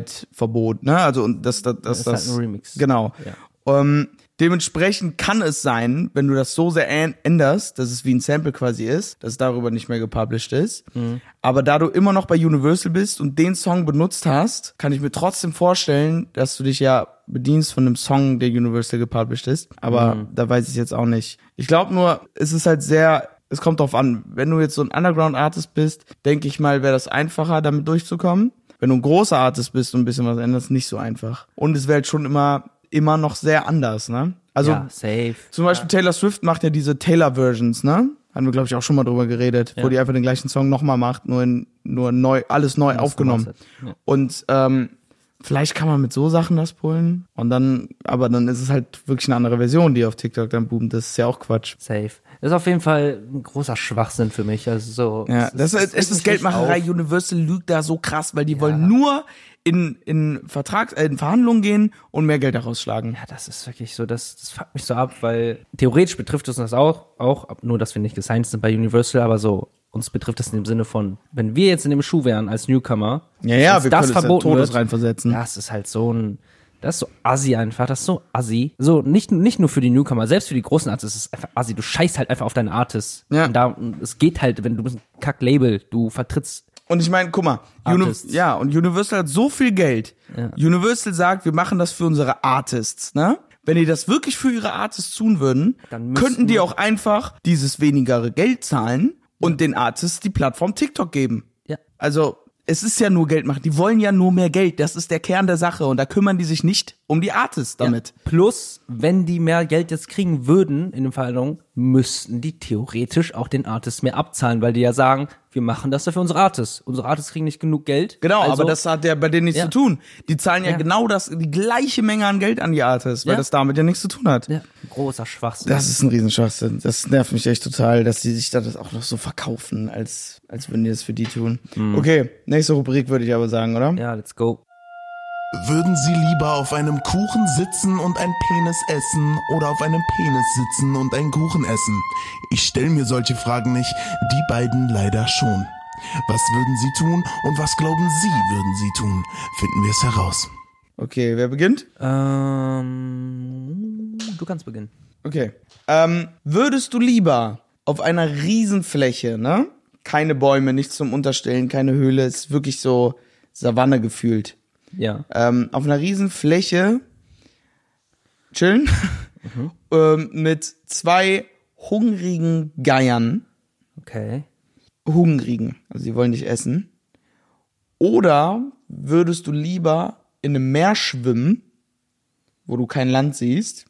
B: Copyright-Verbot. Ne? Also, und das, das, das,
A: Ist
B: das
A: halt ein Remix.
B: Genau. Ähm, dementsprechend kann es sein, wenn du das so sehr ä- änderst, dass es wie ein Sample quasi ist, dass es darüber nicht mehr gepublished ist.
A: Mhm.
B: Aber da du immer noch bei Universal bist und den Song benutzt hast, kann ich mir trotzdem vorstellen, dass du dich ja bedienst von einem Song, der Universal gepublished ist. Aber da weiß ich jetzt auch nicht. Ich glaube nur, es ist halt sehr. Es kommt drauf an, wenn du jetzt so ein Underground-Artist bist, denke ich mal, wäre das einfacher, damit durchzukommen. Wenn du ein großer Artist bist und ein bisschen was änderst, nicht so einfach. Und es wäre halt schon immer, immer noch sehr anders, ne? Also,
A: ja, safe.
B: zum Beispiel Taylor Swift macht ja diese Taylor-Versions, ne? Haben wir, glaube ich, auch schon mal drüber geredet, wo die einfach den gleichen Song nochmal macht, nur, in, nur neu, alles neu aufgenommen.
A: gemastert, ja.
B: Und ähm, vielleicht kann man mit so Sachen das pullen. Und dann, aber dann ist es halt wirklich eine andere Version, die auf TikTok dann boomt. Das ist ja auch Quatsch.
A: Safe. Das ist auf jeden Fall ein großer Schwachsinn für mich. Also so,
B: Ja,
A: es- es
B: das ist,
A: regt
B: ist, ist
A: mich echt
B: Geldmacherei.
A: auf.
B: Universal lügt da so krass, weil die wollen nur in, in, Vertrags, äh, in Verhandlungen gehen und mehr Geld daraus schlagen.
A: Ja, Ah, das ist wirklich so, das, das fuckt mich so ab, weil theoretisch betrifft uns das auch, auch, ab- nur dass wir nicht gesigned sind bei Universal, aber so, uns betrifft das in dem Sinne von, wenn wir jetzt in dem Schuh wären als Newcomer,
B: Ja, ja,
A: dass
B: wir können uns in Todes reinversetzen.
A: Das ist halt so ein, das ist so assi einfach, das ist so assi. So, nicht, nicht nur für die Newcomer, selbst für die großen Artists ist es einfach assi. Du scheißt halt einfach auf deine Artists.
B: Ja.
A: Und da, und es geht halt, wenn du bist ein Kack-Label, du vertrittst
B: Und ich meine, guck mal, Uni
A: Artists.
B: ja, und Universal hat so viel Geld. Universal sagt, wir machen das für unsere Artists, ne? Wenn die das wirklich für ihre Artists tun würden,
A: Dann müssten-
B: könnten die auch einfach dieses wenigere Geld zahlen und den Artists die Plattform TikTok geben.
A: Ja.
B: Also, es ist ja nur Geld machen. Die wollen ja nur mehr Geld. Das ist der Kern der Sache. Und da kümmern die sich nicht um die Artists damit.
A: Ja. Plus, wenn die mehr Geld jetzt kriegen würden in den Verhandlungen, müssten die theoretisch auch den Artists mehr abzahlen, weil die ja sagen, wir machen das ja für unsere Artists. Unsere Artists kriegen nicht genug Geld.
B: Genau,
A: also,
B: aber das hat ja bei denen nichts
A: Ja.
B: zu tun. Die zahlen ja,
A: Ja.
B: genau das, die gleiche Menge an Geld an die Artists, weil
A: Ja.
B: das damit ja nichts zu tun hat.
A: Ja, großer Schwachsinn.
B: Das ist ein Riesenschwachsinn. Das nervt mich echt total, dass die sich da das auch noch so verkaufen, als, als würden die das für die tun. Okay, nächste Rubrik würde ich aber sagen, oder?
A: ja, let's go.
E: Würden Sie lieber auf einem Kuchen sitzen und ein Penis essen oder auf einem Penis sitzen und einen Kuchen essen? Ich stelle mir solche Fragen nicht, die beiden leider schon. Was würden Sie tun und was glauben Sie, würden Sie tun? Finden wir es heraus.
B: Okay, wer beginnt?
A: Ähm, du kannst beginnen.
B: Okay. Ähm, würdest du lieber auf einer Riesenfläche, ne? Keine Bäume, nichts zum Unterstellen, keine Höhle, ist wirklich so Savanne gefühlt.
A: Ja.
B: ähm, auf einer riesen Fläche chillen ähm, mit zwei hungrigen Geiern.
A: Okay.
B: Hungrigen, also die wollen dich essen. Oder würdest du lieber in einem Meer schwimmen, wo du kein Land siehst,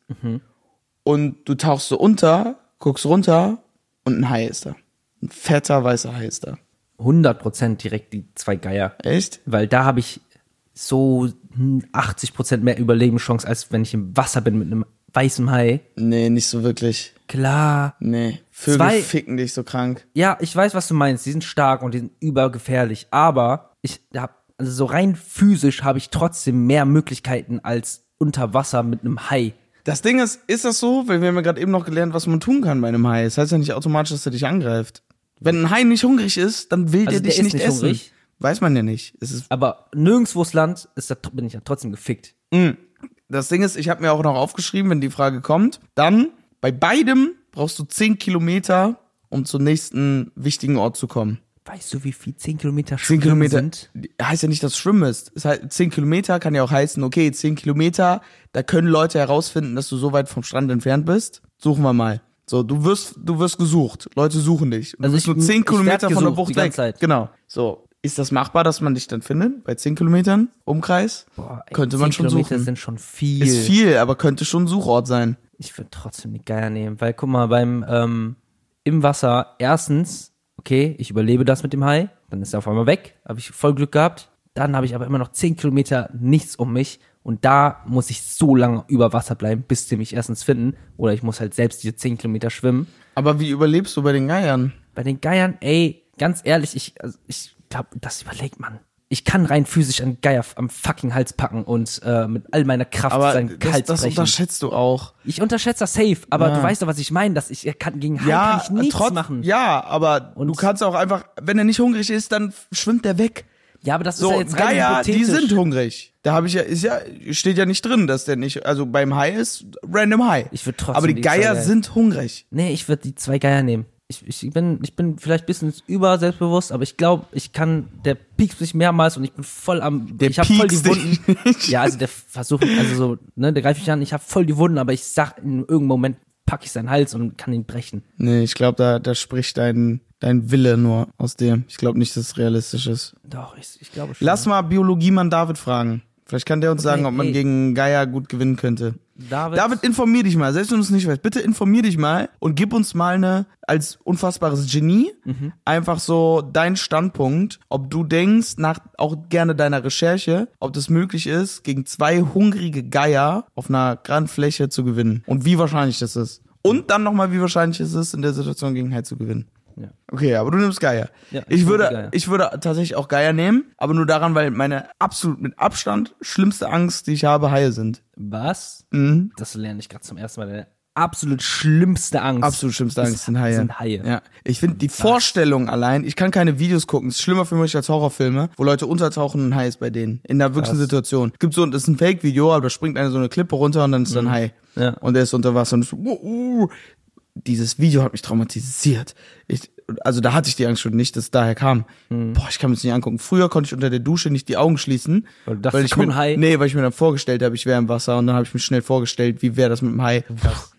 B: und du tauchst so unter, guckst runter und ein Hai ist da. Ein fetter weißer Hai ist da.
A: 100% direkt die zwei Geier.
B: Echt?
A: Weil da habe ich so hm, 80% mehr Überlebenschance, als wenn ich im Wasser bin mit einem weißen Hai.
B: Nee, nicht so wirklich.
A: Klar.
B: Nee. Vögel
A: Zwei-
B: ficken dich so krank.
A: Ja, ich weiß, was du meinst. Die sind stark und die sind übergefährlich. Aber ich habe also so rein physisch habe ich trotzdem mehr Möglichkeiten als unter Wasser mit einem Hai.
B: Das Ding ist, ist das so? Weil wir haben ja gerade eben noch gelernt, was man tun kann bei einem Hai. Das heißt ja nicht automatisch, dass er dich angreift. Wenn ein Hai nicht hungrig ist, dann will
A: Also
B: der
A: der
B: dich
A: ist
B: nicht,
A: nicht
B: essen.
A: hungrig?
B: Weiß man ja nicht. Es ist,
A: Aber nirgendwo's Land ist da, bin ich ja trotzdem gefickt.
B: das Ding ist, ich habe mir auch noch aufgeschrieben, wenn die Frage kommt, dann bei beidem brauchst du 10 Kilometer, um zum nächsten wichtigen Ort zu kommen.
A: Weißt du, wie viel 10 Kilometer
B: 10
A: Schwimmen
B: Kilometer
A: sind?
B: heißt ja nicht, dass es schwimmen ist. Es heißt, 10 Kilometer kann ja auch heißen, okay, 10 Kilometer, da können Leute herausfinden, dass du so weit vom Strand entfernt bist. Suchen wir mal. So, du wirst, du wirst gesucht. Leute suchen dich. Und
A: Also
B: du bist
A: ich-
B: nur 10
A: ich werd
B: Kilometer von der
A: gesucht,
B: Bucht
A: die
B: weg.
A: ganze Zeit.
B: Genau. So. Ist das machbar, dass man dich dann findet? Bei 10 Kilometern Umkreis?
A: Boah, ey,
B: könnte man
A: 10
B: schon
A: Kilometer
B: suchen.
A: sind schon viel.
B: Ist viel, aber könnte schon ein Suchort sein.
A: Ich würde trotzdem die Geier nehmen, weil guck mal, beim ähm, im Wasser erstens, okay, ich überlebe das mit dem Hai, dann ist er auf einmal weg, habe ich voll Glück gehabt. Dann habe ich aber immer noch 10 Kilometer nichts um mich und da muss ich so lange über Wasser bleiben, bis die mich erstens finden oder ich muss halt selbst diese 10 Kilometer schwimmen.
B: Aber wie überlebst du bei den Geiern?
A: Bei den Geiern, ey, ganz ehrlich, ich, also ich glaube, das überlegt man. Ich kann rein physisch einen Geier am fucking Hals packen und äh, mit all meiner Kraft
B: Aber
A: seinen
B: das,
A: Hals
B: das
A: brechen.
B: unterschätzt du auch.
A: Ich unterschätze das safe, aber du weißt doch, was ich meine, dass ich er kann, gegen Hai kann ich nichts
B: trotz-
A: machen.
B: Ja, aber du
A: Und-
B: kannst auch einfach, wenn er nicht hungrig ist, dann schwimmt er weg.
A: Ja, aber das
B: So,
A: ist ja jetzt rein
B: Geier, die
A: hypothetisch.
B: sind hungrig. Da habe ich ja, ist ja, steht ja nicht drin, dass der nicht, also beim Hai ist random Hai.
A: Ich würd trotzdem
B: Aber die
A: die
B: Geier
A: zwei Geier-
B: sind hungrig.
A: Nee, ich würde die zwei Geier nehmen. Ich, ich, bin, ich bin vielleicht ein bisschen über selbstbewusst, aber ich glaube, ich kann, der piekst mich mehrmals und ich bin voll am, der ich habe voll die
B: piekst dich
A: Wunden. Ja, also der versucht, also so, ne, der greift mich an, ich habe voll die Wunden, aber ich sag, in irgendeinem Moment packe ich seinen Hals und kann ihn brechen.
B: Nee, ich glaube, da, da spricht dein, dein Wille nur aus dir. Ich glaube nicht, dass es realistisch ist.
A: Doch, ich, ich glaube schon.
B: Lass mal Biologiemann David fragen. Vielleicht kann der uns sagen, ob man
A: ey.
B: gegen Geier gut gewinnen könnte.
A: David,
B: David, informier dich mal, selbst wenn du es nicht weißt. Bitte informier dich mal und gib uns mal eine, als unfassbares Genie,
A: Mhm.
B: einfach so deinen Standpunkt, ob du denkst, nach auch gerne deiner Recherche, ob das möglich ist, gegen zwei hungrige Geier auf einer Grandfläche zu gewinnen. Und wie wahrscheinlich das ist. Und dann nochmal, wie wahrscheinlich es ist, in der Situation gegen Hai zu gewinnen.
A: Ja.
B: Okay, aber du nimmst Geier.
A: Ja,
B: ich,
A: ich
B: würde,
A: nehme Geier.
B: ich würde tatsächlich auch Geier nehmen, aber nur daran, weil meine absolut mit Abstand schlimmste Angst, die ich habe, Haie sind.
A: Was?
B: Mhm.
A: Das lerne ich gerade zum ersten Mal. Deine absolut schlimmste Angst.
B: Absolut schlimmste
A: ist-
B: Angst sind Haie.
A: Sind Haie.
B: Ja. Ich finde die Vorstellung allein, ich kann keine Videos gucken, ist schlimmer für mich als Horrorfilme, wo Leute untertauchen und ein Hai ist bei denen. In der wirklichen Situation. Gibt so, das ist ein Fake-Video, aber da springt einer so eine Klippe runter und dann ist dann ein Hai.
A: Mhm. Ja.
B: Und der ist unter Wasser und ist so, uh, uh. Dieses Video hat mich traumatisiert. Ich, also da hatte ich die Angst schon nicht, dass es daher kam.
A: Mhm.
B: Boah, ich kann mir das nicht angucken. Früher konnte ich unter der Dusche nicht die Augen schließen.
A: Weil du dachtest,
B: ich
A: komm,
B: mir,
A: Hai.
B: Nee, weil ich mir dann vorgestellt habe, ich wäre im Wasser und dann habe ich mir schnell vorgestellt, wie wäre das mit dem Hai.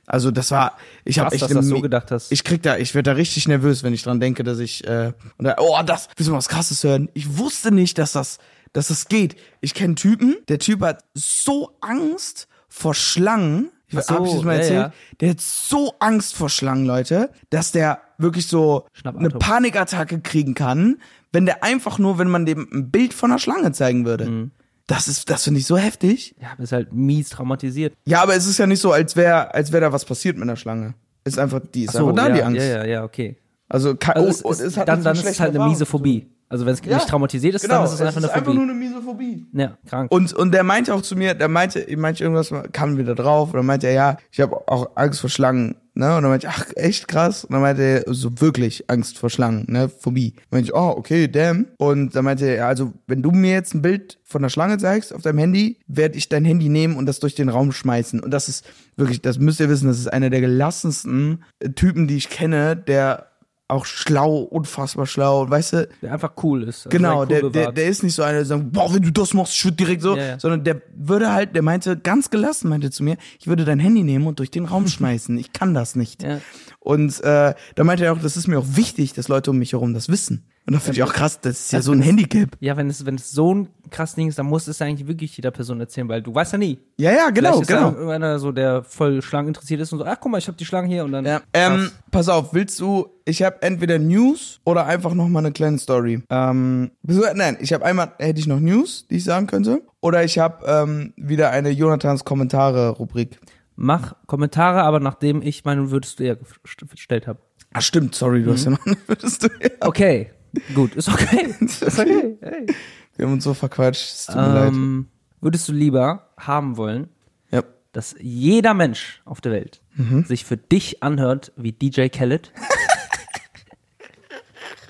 B: Also das war, ich habe
A: Krass,
B: echt
A: dass du das
B: eine
A: so
B: Mi-
A: gedacht hast.
B: Ich krieg da, ich werde da richtig nervös, wenn ich dran denke, dass ich äh, und da, oh das, willst du mal was Krasses hören? Ich wusste nicht, dass das, dass das geht. Ich kenne Typen, der Typ hat so Angst vor Schlangen. Ich
A: Ach so,
B: hab ich das mal
A: ja,
B: erzählt?
A: ja.
B: Der hat so Angst vor Schlangen, Leute, dass der wirklich so eine
A: Schnappatmung.
B: Panikattacke kriegen kann, wenn der einfach nur, wenn man dem ein Bild von einer Schlange zeigen würde.
A: Mhm.
B: Das ist, das finde ich so heftig.
A: Ja, bist halt mies traumatisiert.
B: Ja, aber es ist ja nicht so, als wäre, als wäre da was passiert mit einer Schlange. Ist einfach, die ist einfach da,
A: ja,
B: die Angst.
A: Ja, ja, ja, okay.
B: Also, ka-
A: Also es
B: oh, oh,
A: ist,
B: es hat
A: dann,
B: mit
A: dann
B: so
A: ist es halt eine
B: schlechten
A: miese
B: Erfahrungen.
A: Phobie. Also wenn es nicht traumatisiert
B: genau,
A: ist, dann ist es, einfach eine Phobie.
B: eine Misophobie.
A: ja, krank.
B: Und, und der meinte auch zu mir, der meinte, meinte ich irgendwas, kam wieder drauf, und dann meinte er, ja, ich habe auch Angst vor Schlangen, ne? Und dann meinte ich, ach, echt krass. Und dann meinte er, so wirklich Angst vor Schlangen, ne? Phobie. Dann meinte ich, oh, okay, damn. Und dann meinte er, also, wenn du mir jetzt ein Bild von einer Schlange zeigst auf deinem Handy, werde ich dein Handy nehmen und das durch den Raum schmeißen. Und das ist wirklich, das müsst ihr wissen, das ist einer der gelassensten äh, Typen, die ich kenne, der auch schlau, unfassbar schlau, und weißt du,
A: der einfach cool ist. Also
B: Genau,
A: cool
B: der, der,
A: bewahrt.
B: der ist nicht so einer, der sagt, boah, wenn du das machst, ich würde direkt so,
A: Ja, ja.
B: sondern der würde halt, der meinte ganz gelassen, meinte zu mir, ich würde dein Handy nehmen und durch den Raum schmeißen. Ich kann das nicht.
A: Ja.
B: Und äh, da meinte er auch, das ist mir auch wichtig, dass Leute um mich herum das wissen. Und da finde ich auch krass, das ist ja so ein Handicap.
A: ja, wenn es, wenn es so ein krass Ding ist, dann muss es eigentlich wirklich jeder Person erzählen, weil du weißt ja nie.
B: Ja, ja, genau,
A: Vielleicht
B: genau.
A: ist da einer so, der voll Schlangen interessiert ist und so, ach guck mal, ich habe die Schlangen hier und dann.
B: Ja.
A: Krass.
B: Ähm, pass auf, willst du, ich habe entweder News oder einfach nochmal eine kleine Story. Ähm, wieso- nein, ich habe einmal, hätte ich noch News, die ich sagen könnte, oder ich habe ähm, wieder eine Jonathans Kommentare-Rubrik.
A: Mach Kommentare, aber nachdem ich meinen würdest du eher gest- gestellt habe.
B: Ah, stimmt, sorry, du hast ja noch eine würdest du. Ja.
A: Mhm. Okay, gut, ist okay. ist okay. Hey.
B: Wir haben uns so verquatscht, es tut mir
A: Ähm, würdest du lieber haben wollen,
B: leid. Ja.
A: dass jeder Mensch auf der Welt
B: Mhm.
A: sich für dich anhört wie DJ Khaled?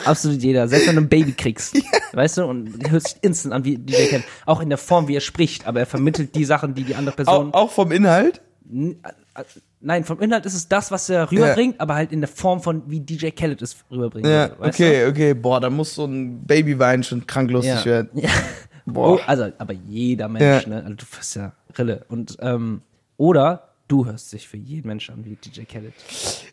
A: Absolut jeder, selbst wenn du ein Baby kriegst, weißt du, und hört sich instant an wie DJ Khaled. Auch in der Form, wie er spricht, aber er vermittelt die Sachen, die die andere Person.
B: Auch, auch vom Inhalt?
A: N- äh, äh, Nein, vom Inhalt ist es das, was er rüberbringt, aber halt in der Form von, wie DJ Khaled es rüberbringt.
B: Ja, okay, okay, boah, da muss so ein Babywein schon krank lustig
A: Ja.
B: werden.
A: Ja.
B: Boah.
A: Oh, also, aber jeder Mensch,
B: Ja.
A: ne? Also, du bist ja Rille. Und, ähm, oder du hörst dich für jeden Mensch an wie DJ Khaled.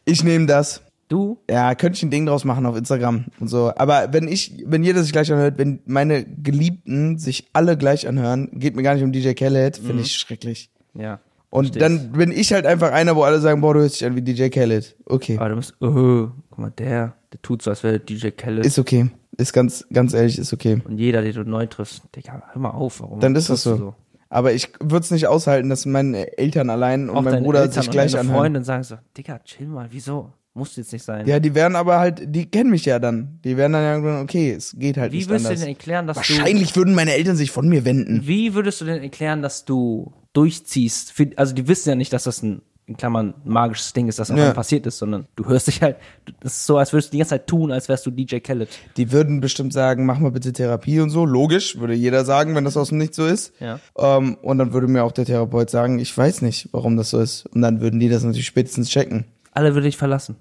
B: Ich nehme das.
A: Du?
B: Ja, könnte ich ein Ding draus machen auf Instagram und so. Aber wenn ich, wenn ihr das sich gleich anhört, wenn meine Geliebten sich alle gleich anhören, geht mir gar nicht um DJ Khaled, finde
A: Mhm.
B: ich schrecklich.
A: Ja.
B: Und
A: versteh ich.
B: dann bin ich halt einfach einer, wo alle sagen, boah, du hörst dich an wie DJ Khaled. Okay.
A: Aber du musst, oh, guck mal, der, der tut so, als wäre DJ Khaled.
B: Ist okay. Ist ganz, ganz ehrlich, ist okay.
A: und jeder, den du neu triffst, Digga, hör mal auf, warum?
B: Dann ist das
A: tust
B: so.
A: du
B: Aber ich würde es nicht aushalten, dass meine Eltern allein und
A: Auch
B: mein
A: deine
B: Bruder
A: Eltern
B: sich
A: und
B: gleich
A: deine
B: anhören.
A: Freunde sagen so, Digga, chill mal, wieso? Muss jetzt nicht sein.
B: Ja, die werden aber halt, die kennen mich ja dann. Die werden dann ja irgendwann, okay, es geht halt
A: wie
B: nicht
A: würdest du
B: anders.
A: denn erklären, dass du.
B: Wahrscheinlich würden meine Eltern sich von mir wenden.
A: Wie würdest du denn erklären, dass du durchziehst? Für, also die wissen ja nicht, dass das ein in Klammern magisches Ding ist, das
B: Ja.
A: ja. passiert ist, sondern du hörst dich halt, das ist so, als würdest du die ganze Zeit tun, als wärst du DJ Khaled.
B: Die würden bestimmt sagen, mach mal bitte Therapie und so. Logisch, würde jeder sagen, wenn das aus dem Nichts so ist.
A: Ja.
B: Ähm, und dann würde mir auch der Therapeut sagen, ich weiß nicht, warum das so ist. Und dann würden die das natürlich spätestens checken.
A: Alle würde dich verlassen.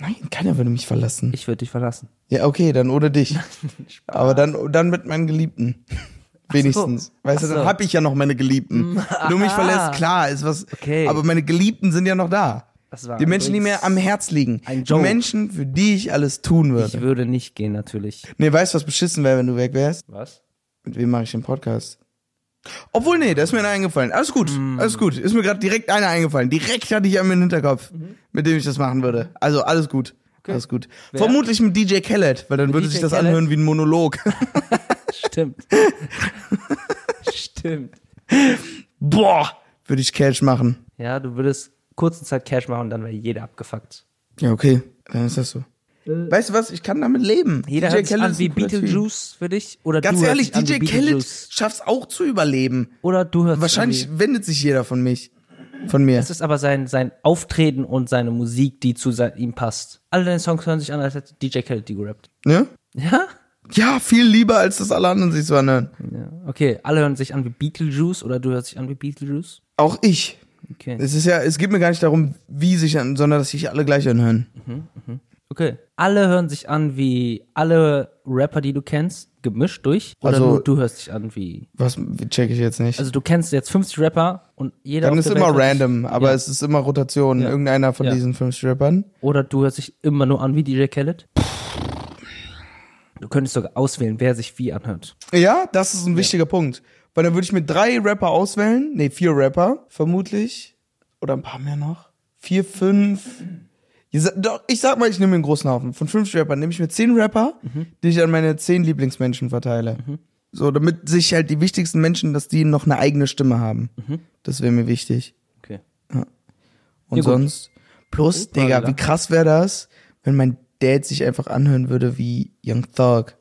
B: Nein, keiner würde mich verlassen.
A: Ich würde dich verlassen.
B: Ja, okay, dann ohne dich. Aber dann, dann mit meinen Geliebten. Wenigstens. Weißt du,
A: Ach
B: dann
A: so. Mhm.
B: hab ich ja noch meine Geliebten. Wenn du mich verlässt, klar, ist was.
A: Okay.
B: Aber meine Geliebten sind ja noch da.
A: Das war
B: die Menschen, die
A: übrigens
B: mir am Herz liegen.
A: ein
B: die
A: Joke.
B: Menschen, für die ich alles tun
A: Ich
B: würde.
A: würde nicht gehen, natürlich.
B: Nee, weißt du, was beschissen wäre, wenn du weg wärst?
A: Was?
B: Mit wem mache ich den Podcast? Obwohl, nee, da ist mir einer eingefallen. Alles gut,
A: Mhm.
B: alles gut. Ist mir gerade direkt einer eingefallen. Direkt hatte ich einen im Hinterkopf,
A: Mhm.
B: mit dem ich das machen würde. Also alles gut. Alles gut. Vermutlich mit DJ Khaled, weil dann würde
A: DJ
B: sich das
A: Khaled?
B: anhören wie ein Monolog.
A: Stimmt. Stimmt.
B: Boah, würde ich Cash machen.
A: Ja, du würdest kurzen Zeit Cash machen und dann wäre jeder abgefuckt.
B: Ja, okay. Dann ist das so. Weißt du was? Ich kann damit leben.
A: Äh. Jeder
B: DJ
A: hört sich
B: Khaled
A: an
B: ist
A: wie
B: ein cooler Typ.
A: Beetlejuice für dich oder
B: Ganz
A: du hörst
B: ehrlich,
A: dich an
B: DJ
A: wie
B: Khaled
A: Beetlejuice.
B: schafft's auch zu überleben.
A: Oder du hörst
B: Wahrscheinlich
A: an
B: wendet sich jeder von mich. Von mir.
A: wie- Es ist aber sein, sein Auftreten und seine Musik, die zu sein, ihm passt. Alle deine Songs hören sich an, als hätte DJ Khaled die gerappt.
B: Ne?
A: Ja?
B: Ja, viel lieber, als dass alle anderen sich so anhören.
A: Okay, alle hören sich an wie Beetlejuice oder du hörst dich an wie Beetlejuice.
B: Auch ich.
A: Okay.
B: Es ist ja, es geht mir gar nicht darum, wie sich an, sondern dass sich alle gleich anhören.
A: Okay. Alle hören sich an wie alle Rapper, die du kennst, gemischt durch. Oder
B: Also-
A: nur du hörst dich an wie.
B: Was check ich jetzt nicht.
A: Also du kennst jetzt 50 Rapper und jeder. auf
B: Dann ist
A: der
B: immer
A: Welt hört sich-
B: random, aber
A: Ja.
B: es ist immer Rotation. Irgendeiner von
A: Ja.
B: diesen fünf Strippern.
A: Oder du hörst dich immer nur an wie DJ Khaled. Du könntest sogar auswählen, wer sich wie anhört.
B: Ja, das ist ein wichtiger Punkt. Weil dann würde ich mir drei Rapper auswählen. Nee, vier Rapper, vermutlich. Oder ein paar mehr noch. Vier, fünf. Ihr sa- Doch, ich sag mal, ich nehme einen großen Haufen. Von fünf Rappern nehme ich mir zehn Rapper,
A: Mhm.
B: die ich an meine zehn Lieblingsmenschen verteile. So, damit sich halt die wichtigsten Menschen, dass die noch eine eigene Stimme haben.
A: Mhm.
B: Das wäre mir wichtig.
A: Okay.
B: Und
A: Ja, gut.
B: sonst. Plus, Digga,
A: Lila.
B: wie krass wäre das, wenn mein Dad sich einfach anhören würde wie Young Thug.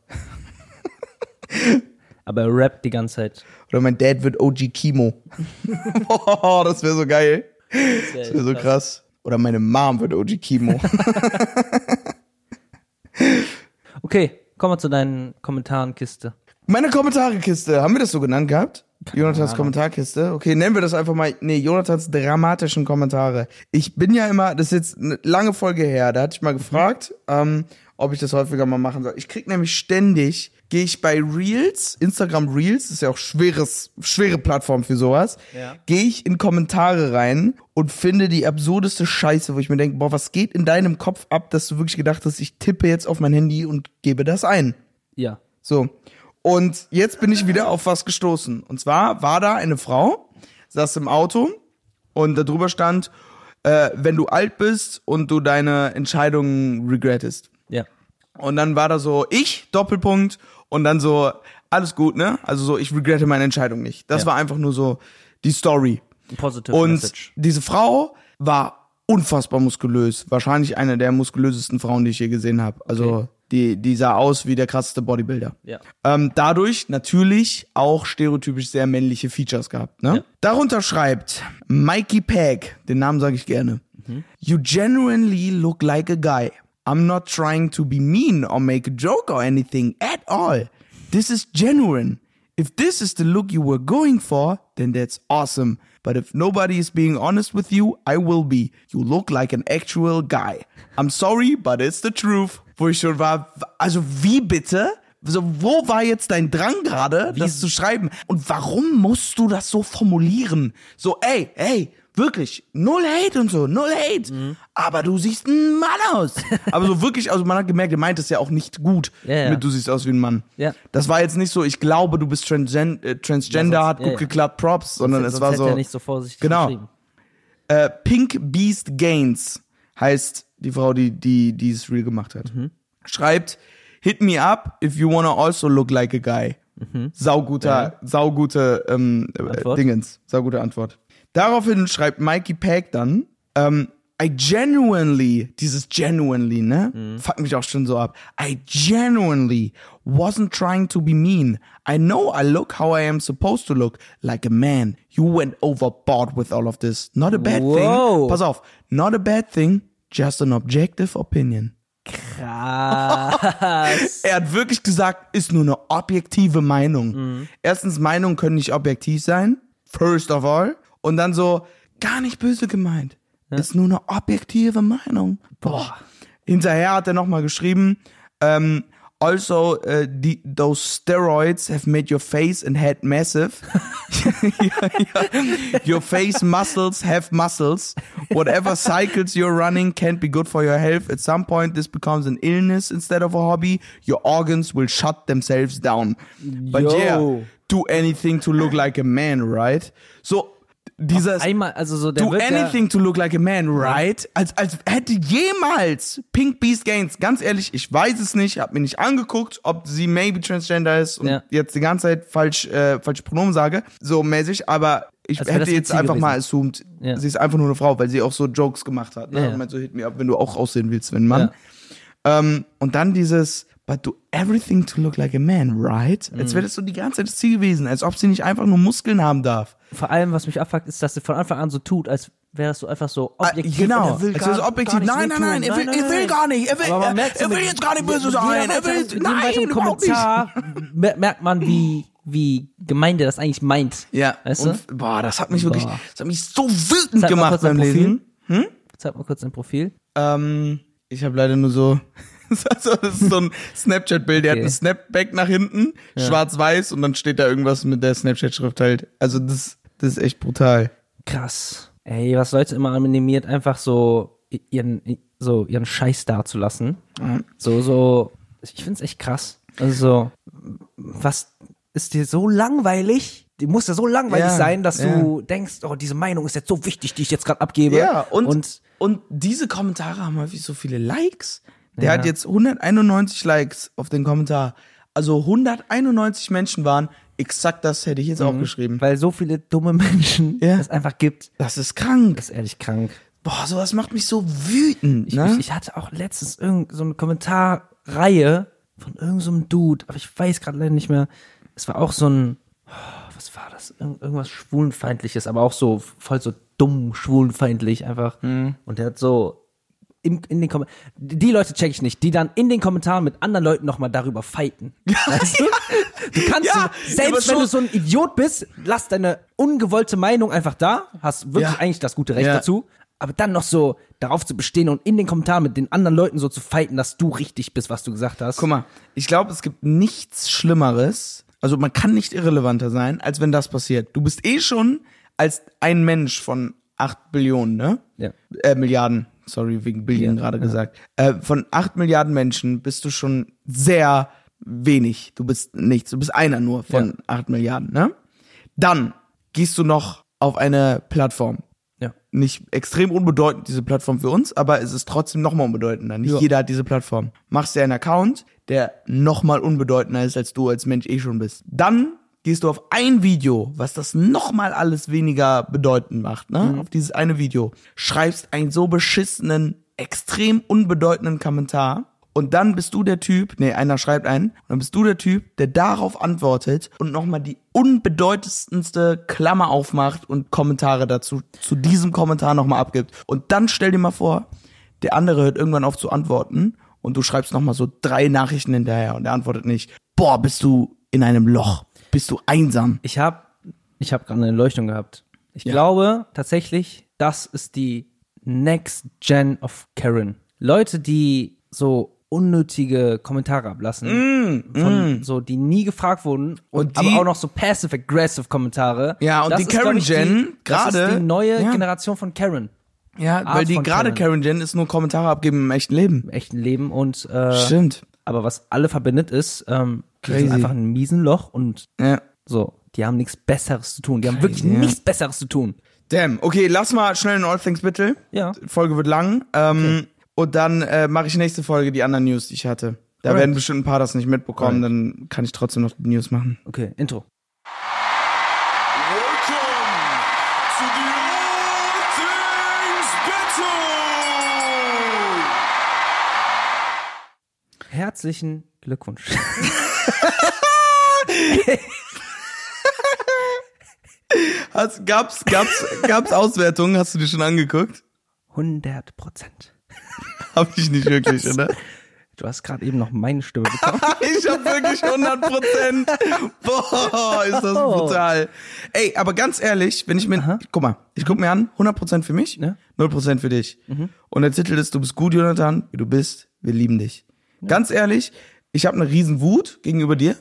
A: Aber er rappt die ganze Zeit.
B: Oder mein Dad wird OG Kimo. Boah, das wäre so geil. Das wäre so krass. Oder meine Mom wird OG Kimo.
A: Okay, kommen wir zu deinen Kommentarenkiste.
B: meine Kommentarekiste, haben wir das so genannt gehabt? Jonathans Kommentarkiste. Okay, nennen wir das einfach mal, nee, Jonathans dramatischen Kommentare. Ich bin ja immer, das ist jetzt eine lange Folge her, da hatte ich mal gefragt, ähm, ob ich das häufiger mal machen soll. Ich krieg nämlich ständig, gehe ich bei Reels, Instagram Reels, ist ja auch schweres, schwere Plattform für sowas,
A: Ja.
B: gehe ich in Kommentare rein und finde die absurdeste Scheiße, wo ich mir denke, boah, was geht in deinem Kopf ab, dass du wirklich gedacht hast, ich tippe jetzt auf mein Handy und gebe das ein.
A: Ja.
B: So. Und jetzt bin ich wieder auf was gestoßen. Und zwar war da eine Frau, saß im Auto und darüber stand, äh, wenn du alt bist und du deine Entscheidungen regrettest.
A: Ja.
B: Und dann war da so ich, Doppelpunkt, und dann so, alles gut, ne? Also so, ich regrette meine Entscheidung nicht. Das
A: Ja.
B: war einfach nur so die Story.
A: Positive
B: Und
A: Message.
B: diese Frau war unfassbar muskulös. Wahrscheinlich eine der muskulösesten Frauen, die ich je gesehen habe. Also
A: Okay.
B: die, die sah aus wie der krasseste Bodybuilder.
A: Ja.
B: Ähm, dadurch natürlich auch stereotypisch sehr männliche Features gehabt. Ne?
A: Ja.
B: Darunter schreibt Mikey Pack, den Namen sage ich gerne.
A: Mhm.
B: You genuinely look like a guy. I'm not trying to be mean or make a joke or anything at all. This is genuine. If this is the look you were going for, then that's awesome. But if nobody is being honest with you, I will be. You look like an actual guy. I'm sorry, but it's the truth. Wo ich schon war, also wie bitte? So, wo war jetzt dein Drang gerade, das zu schreiben? Und warum musst du das so formulieren? So, ey, ey, wirklich, null Hate und so, null Hate.
A: Mhm.
B: Aber du siehst ein Mann aus. Aber so wirklich, also man hat gemerkt, er meint es ja auch nicht gut.
A: Ja, ja.
B: Mit du siehst aus wie ein Mann.
A: Ja.
B: Das war jetzt nicht so, ich glaube, du bist transgen äh, Transgender,
A: Ja, sonst-
B: hat gut
A: ja, ja.
B: geklappt, Props, sondern
A: Sonst
B: es war
A: hätte
B: so.
A: er nicht so vorsichtig
B: Genau.
A: geschrieben.
B: Äh, Pink Beast Gaines heißt die Frau, die die dieses Reel gemacht hat.
A: Mhm.
B: Schreibt Hit me up if you wanna also look like a guy. Sauguter, saugute ähm, äh,
A: Antwort.
B: Dingens, saugute Antwort. Daraufhin schreibt Mikey Pack dann ähm, I genuinely, dieses genuinely, ne? Fuck mich auch schon so ab. I genuinely wasn't trying to be mean. I know I look how I am supposed to look, like a man. You went overboard with all of this. Not a bad
A: Wow.
B: thing. Pass auf. Not a bad thing, just an objective opinion.
A: Krass.
B: Er hat wirklich gesagt, ist nur eine objektive Meinung. Erstens, Meinungen können nicht objektiv sein. First of all. Und dann so, gar nicht böse gemeint. Ist nur eine objektive Meinung. Boah. Hinterher hat er nochmal geschrieben, ähm, also, äh, the, those steroids have made your face and head massive. Your face muscles have muscles. Whatever cycles you're running can't be good for your health. At some point, this becomes an illness instead of a hobby. Your organs will shut themselves down. But
A: Yo.
B: yeah, do anything to look like a man, right? So, dieser
A: Einmal, also so der
B: Do
A: wird ja-
B: anything to look like a man, right? Als, als hätte jemals Pink Beast Gaines, ganz ehrlich, ich weiß es nicht, habe mir nicht angeguckt, ob sie maybe transgender ist und
A: Ja.
B: jetzt die ganze Zeit falsch, äh, falsche Pronomen sage, so mäßig, aber Ich
A: Als wär das
B: hätte
A: ein
B: jetzt
A: Ziel
B: einfach
A: gewesen.
B: mal assumed,
A: Ja.
B: sie ist einfach nur eine Frau, weil sie auch so Jokes gemacht hat. Ne?
A: Ja, ja.
B: Und meint so, hit me up, wenn du auch aussehen willst, wenn Mann. Ähm, und dann dieses, but do everything to look like a man, right?
A: Mhm.
B: Als wäre das so die ganze Zeit das Ziel gewesen, als ob sie nicht einfach nur Muskeln haben darf.
A: Vor allem, was mich abfuckt, ist, dass sie von Anfang an so tut, als wäre das so einfach so
B: Ah,
A: objektiv.
B: genau.
A: und er will
B: Es
A: gar-
B: ist objektiv.
A: gar nichts
B: Nein,
A: mit
B: nein, nein,
A: tun.
B: er will- er will gar nicht. Er will-
A: Aber man
B: er-
A: merkt
B: er
A: mit-
B: will jetzt gar nicht
A: mit-
B: böse
A: mit
B: sein.
A: jeder
B: Er
A: weiteren-
B: will-
A: mit jedem
B: nein,
A: weiteren
B: überhaupt nicht.
A: Kommentar mer- merkt man, wie, wie gemeinde das eigentlich meint.
B: Ja.
A: Weißt
B: und,
A: du?
B: boah, das hat mich wirklich,
A: Boah.
B: das hat mich so
A: Zeig
B: wütend
A: mal
B: gemacht
A: kurz dein
B: beim
A: Profil.
B: Lesen. Hm?
A: Zeig mal kurz dein Profil.
B: Ähm, ich habe leider nur so. Also, das ist so ein Snapchat-Bild. Der hat
A: Okay.
B: einen Snapback nach hinten, schwarz-weiß, und dann steht da irgendwas mit der Snapchat-Schrift halt. Also, das, das ist echt brutal.
A: Krass. Ey, was Leute immer animiert, einfach so i- ihren, i- so ihren Scheiß dazulassen.
B: Mhm.
A: So, so, ich find's echt krass. Also, so, was ist dir so langweilig? Die muss ja so langweilig
B: Ja,
A: sein, dass
B: ja.
A: du denkst, oh, diese Meinung ist jetzt so wichtig, die ich jetzt gerade abgebe.
B: Ja, und,
A: und
B: und, diese Kommentare haben häufig so viele Likes. Der
A: Ja.
B: hat jetzt 191 Likes auf den Kommentar. Also 191 Menschen waren, exakt das hätte ich jetzt auch geschrieben.
A: Mhm. weil so viele dumme Menschen
B: Ja.
A: es einfach gibt,
B: Das ist krank.
A: ist ehrlich krank.
B: Boah, sowas macht mich so wütend.
A: Ich,
B: ne?
A: ich, ich hatte auch letztens irgend so eine Kommentarreihe von irgendeinem so einem Dude, aber ich weiß gerade leider nicht mehr. Es war auch so ein, oh, was war das? Irgend, irgendwas schwulenfeindliches, aber auch so voll so dumm schwulenfeindlich einfach.
B: Mhm.
A: Und der hat so im, in den Kom die Leute check ich nicht, die dann in den Kommentaren mit anderen Leuten nochmal darüber fighten. Weißt du? Du kannst
B: Ja,
A: so,
B: aber
A: selbst wenn
B: so-
A: du so ein Idiot bist, lass deine ungewollte Meinung einfach da, hast wirklich
B: Ja.
A: eigentlich das gute Recht
B: Ja.
A: dazu, aber dann noch so darauf zu bestehen und in den Kommentaren mit den anderen Leuten so zu fighten, dass du richtig bist, was du gesagt hast.
B: Guck mal, ich glaube, es gibt nichts Schlimmeres. Also man kann nicht irrelevanter sein, als wenn das passiert. Du bist eh schon als ein Mensch von 8 Billionen, ne?
A: Ja.
B: Äh, Milliarden. Sorry, wegen Billionen gerade gesagt. Äh, von 8 Milliarden Menschen bist du schon sehr wenig. Du bist nichts. Du bist einer nur von 8 Milliarden, ne? Dann gehst du noch auf eine Plattform.
A: Ja.
B: Nicht extrem unbedeutend, diese Plattform für uns, aber es ist trotzdem nochmal unbedeutender. Nicht
A: Ja.
B: jeder hat diese Plattform. Machst dir einen Account, der nochmal unbedeutender ist, als du als Mensch eh schon bist. Dann gehst du auf ein Video, was das nochmal alles weniger bedeutend macht, ne? Auf dieses eine Video. Schreibst einen so beschissenen, extrem unbedeutenden Kommentar. Und dann bist du der Typ, nee, einer schreibt einen, und dann bist du der Typ, der darauf antwortet und nochmal die unbedeutendste Klammer aufmacht und Kommentare dazu, zu diesem Kommentar nochmal abgibt. Und dann stell dir mal vor, der andere hört irgendwann auf zu antworten und du schreibst nochmal so drei Nachrichten hinterher und er antwortet nicht. Boah, bist du in einem Loch. Bist du einsam.
A: Ich habe ich hab gerade eine Leuchtung gehabt. Ich glaube tatsächlich, das ist die Next Gen of Karen. Leute, die so unnötige Kommentare ablassen, von so die nie gefragt wurden und,
B: Mm, Und die-
A: aber auch noch so passive aggressive Kommentare.
B: Ja, und
A: Das
B: die
A: ist, glaub
B: Karen
A: ich, die-
B: Gen
A: das ist
B: gerade-
A: die neue
B: ja.
A: Generation von Karen
B: Ja, weil
A: Art
B: die
A: von
B: gerade Karen
A: Karen.
B: Jen ist nur Kommentare abgeben im echten Leben.
A: im echten Leben und äh,
B: Stimmt.
A: aber was alle verbindet ist, ähm, die
B: Crazy.
A: sind einfach in einem miesen Loch und
B: Ja.
A: so, die haben nichts Besseres zu tun. Die haben wirklich
B: ja.
A: nichts Besseres zu tun.
B: Damn. Okay, lass mal schnell in All Things bitte.
A: Ja.
B: Die Folge wird lang. Ähm, Und dann äh, mache ich nächste Folge die anderen News, die ich hatte. Da
A: Alright.
B: werden bestimmt ein paar das nicht mitbekommen, dann kann ich trotzdem noch die News machen.
A: Okay, Intro. Herzlichen Glückwunsch.
B: Hast, gab's, gab's, gab's Auswertungen? Hast du die schon angeguckt?
A: 100 Prozent.
B: Hab ich nicht wirklich, oder?
A: Du hast gerade eben noch meine Stimme bekommen.
B: Ich hab wirklich 100 Prozent. Boah, ist das
A: Oh.
B: brutal. Ey, aber ganz ehrlich, wenn ich mir, guck mal, ich guck mir an, 100 Prozent für mich,
A: Ja. Mhm.
B: 0 Prozent für dich. Und der Titel ist, du bist gut, Jonathan, wie du bist, wir lieben dich. Ganz ehrlich, ich habe eine riesen Wut gegenüber dir.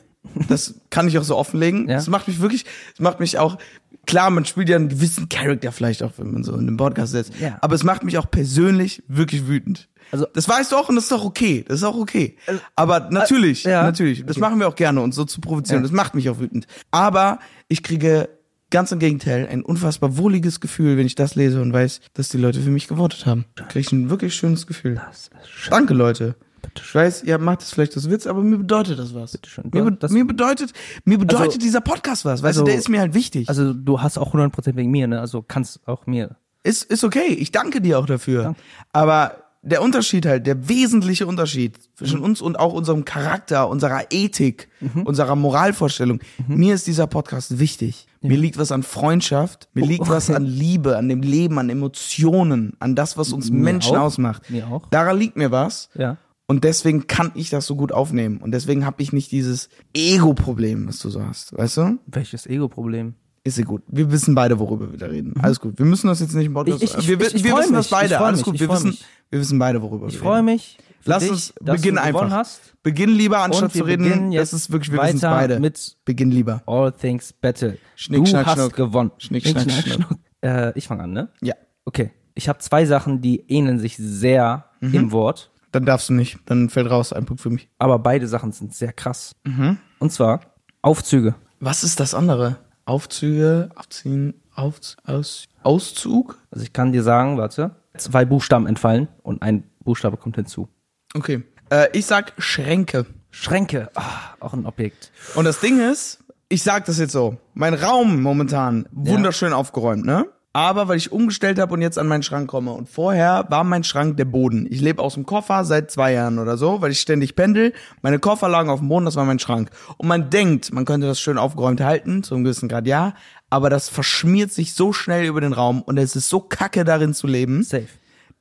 B: Das kann ich auch so offenlegen.
A: Ja.
B: Das macht mich wirklich, das macht mich auch, klar, man spielt ja einen gewissen Charakter vielleicht auch, wenn man so in einem Podcast sitzt.
A: Ja.
B: Aber es macht mich auch persönlich wirklich wütend.
A: Also-
B: das weißt du auch und das ist auch okay. Das ist auch okay. Aber natürlich,
A: ja.
B: natürlich. Das machen wir auch gerne, uns so zu provozieren. Das macht mich auch wütend. Aber ich kriege ganz im Gegenteil ein unfassbar wohliges Gefühl, wenn ich das lese und weiß, dass die Leute für mich gewotet haben. Da kriege ich ein wirklich schönes Gefühl.
A: Das ist schön.
B: Danke, Leute. Ich weiß, ihr macht jetzt vielleicht das Witz, aber mir bedeutet das was.
A: schön.
B: Mir,
A: Ja,
B: be-
A: das-
B: mir bedeutet, mir bedeutet
A: Also-
B: dieser Podcast was. Weißt
A: also-
B: du, der ist mir halt wichtig.
A: Also du hast auch 100% wegen mir, ne? Also kannst auch mir.
B: Ist, ist okay, ich danke dir auch dafür. Aber der Unterschied halt, der wesentliche Unterschied zwischen
A: Mhm.
B: uns und auch unserem Charakter, unserer Ethik, unserer Moralvorstellung,
A: Mhm.
B: mir ist dieser Podcast wichtig. Mir liegt was an Freundschaft,
A: Oh.
B: mir liegt was an Liebe, an dem Leben, an Emotionen, an das, was uns Menschen
A: auch.
B: ausmacht.
A: Mir auch.
B: Daran liegt mir was.
A: Ja.
B: Und deswegen kann ich das so gut aufnehmen. Und deswegen habe ich nicht dieses Ego-Problem, was du so hast. Weißt du?
A: Welches Ego-Problem?
B: Ist ja gut. Wir wissen beide, worüber wir da reden. Alles gut. Wir müssen das jetzt nicht im Podcast.
A: Mhm. Ich- ich-
B: wir
A: ich- ich
B: wir
A: freu
B: wissen
A: mich.
B: das beide.
A: Ich freu
B: Alles
A: mich.
B: gut.
A: Ich
B: Wir
A: freu
B: wissen,
A: mich.
B: wir wissen beide, worüber
A: Ich
B: wir
A: freue
B: reden.
A: mich. für
B: Lass
A: dich,
B: uns
A: dass
B: beginnen
A: du gewonnen
B: einfach.
A: Hast.
B: Beginn lieber, anstatt
A: Und wir
B: zu reden.
A: beginnen
B: Das
A: jetzt
B: ist wirklich, wir wissen es
A: weiter
B: beide.
A: mit
B: Beginn lieber.
A: All Things Battle.
B: Schnick,
A: du
B: schnack,
A: hast
B: schnuck.
A: gewonnen.
B: Schnick, schnack, schnuck.
A: Äh, ich fange an, ne?
B: Ja.
A: Okay. Ich habe zwei Sachen, die ähneln sich sehr
B: Mhm.
A: im Wort,
B: Dann darfst du nicht. Dann fällt raus. Ein Punkt für mich.
A: aber beide Sachen sind sehr krass.
B: Mhm.
A: Und zwar Aufzüge.
B: Was ist das andere? Aufzüge, abziehen, auf, aus, Auszug?
A: Also ich kann dir sagen, warte, zwei Buchstaben entfallen und ein Buchstabe kommt hinzu.
B: Okay. Äh, ich sag Schränke.
A: Schränke, ah, auch ein Objekt.
B: Und das Ding ist, ich sag das jetzt so, mein Raum momentan wunderschön aufgeräumt, ne? Aber weil ich umgestellt habe und jetzt an meinen Schrank komme. Und vorher war mein Schrank der Boden. Ich lebe aus dem Koffer seit zwei Jahren oder so, weil ich ständig pendel. Meine Koffer lagen auf dem Boden, das war mein Schrank. Und man denkt, man könnte das schön aufgeräumt halten, zu einem gewissen Grad ja. Aber das verschmiert sich so schnell über den Raum und es ist so kacke darin zu leben.
A: Safe.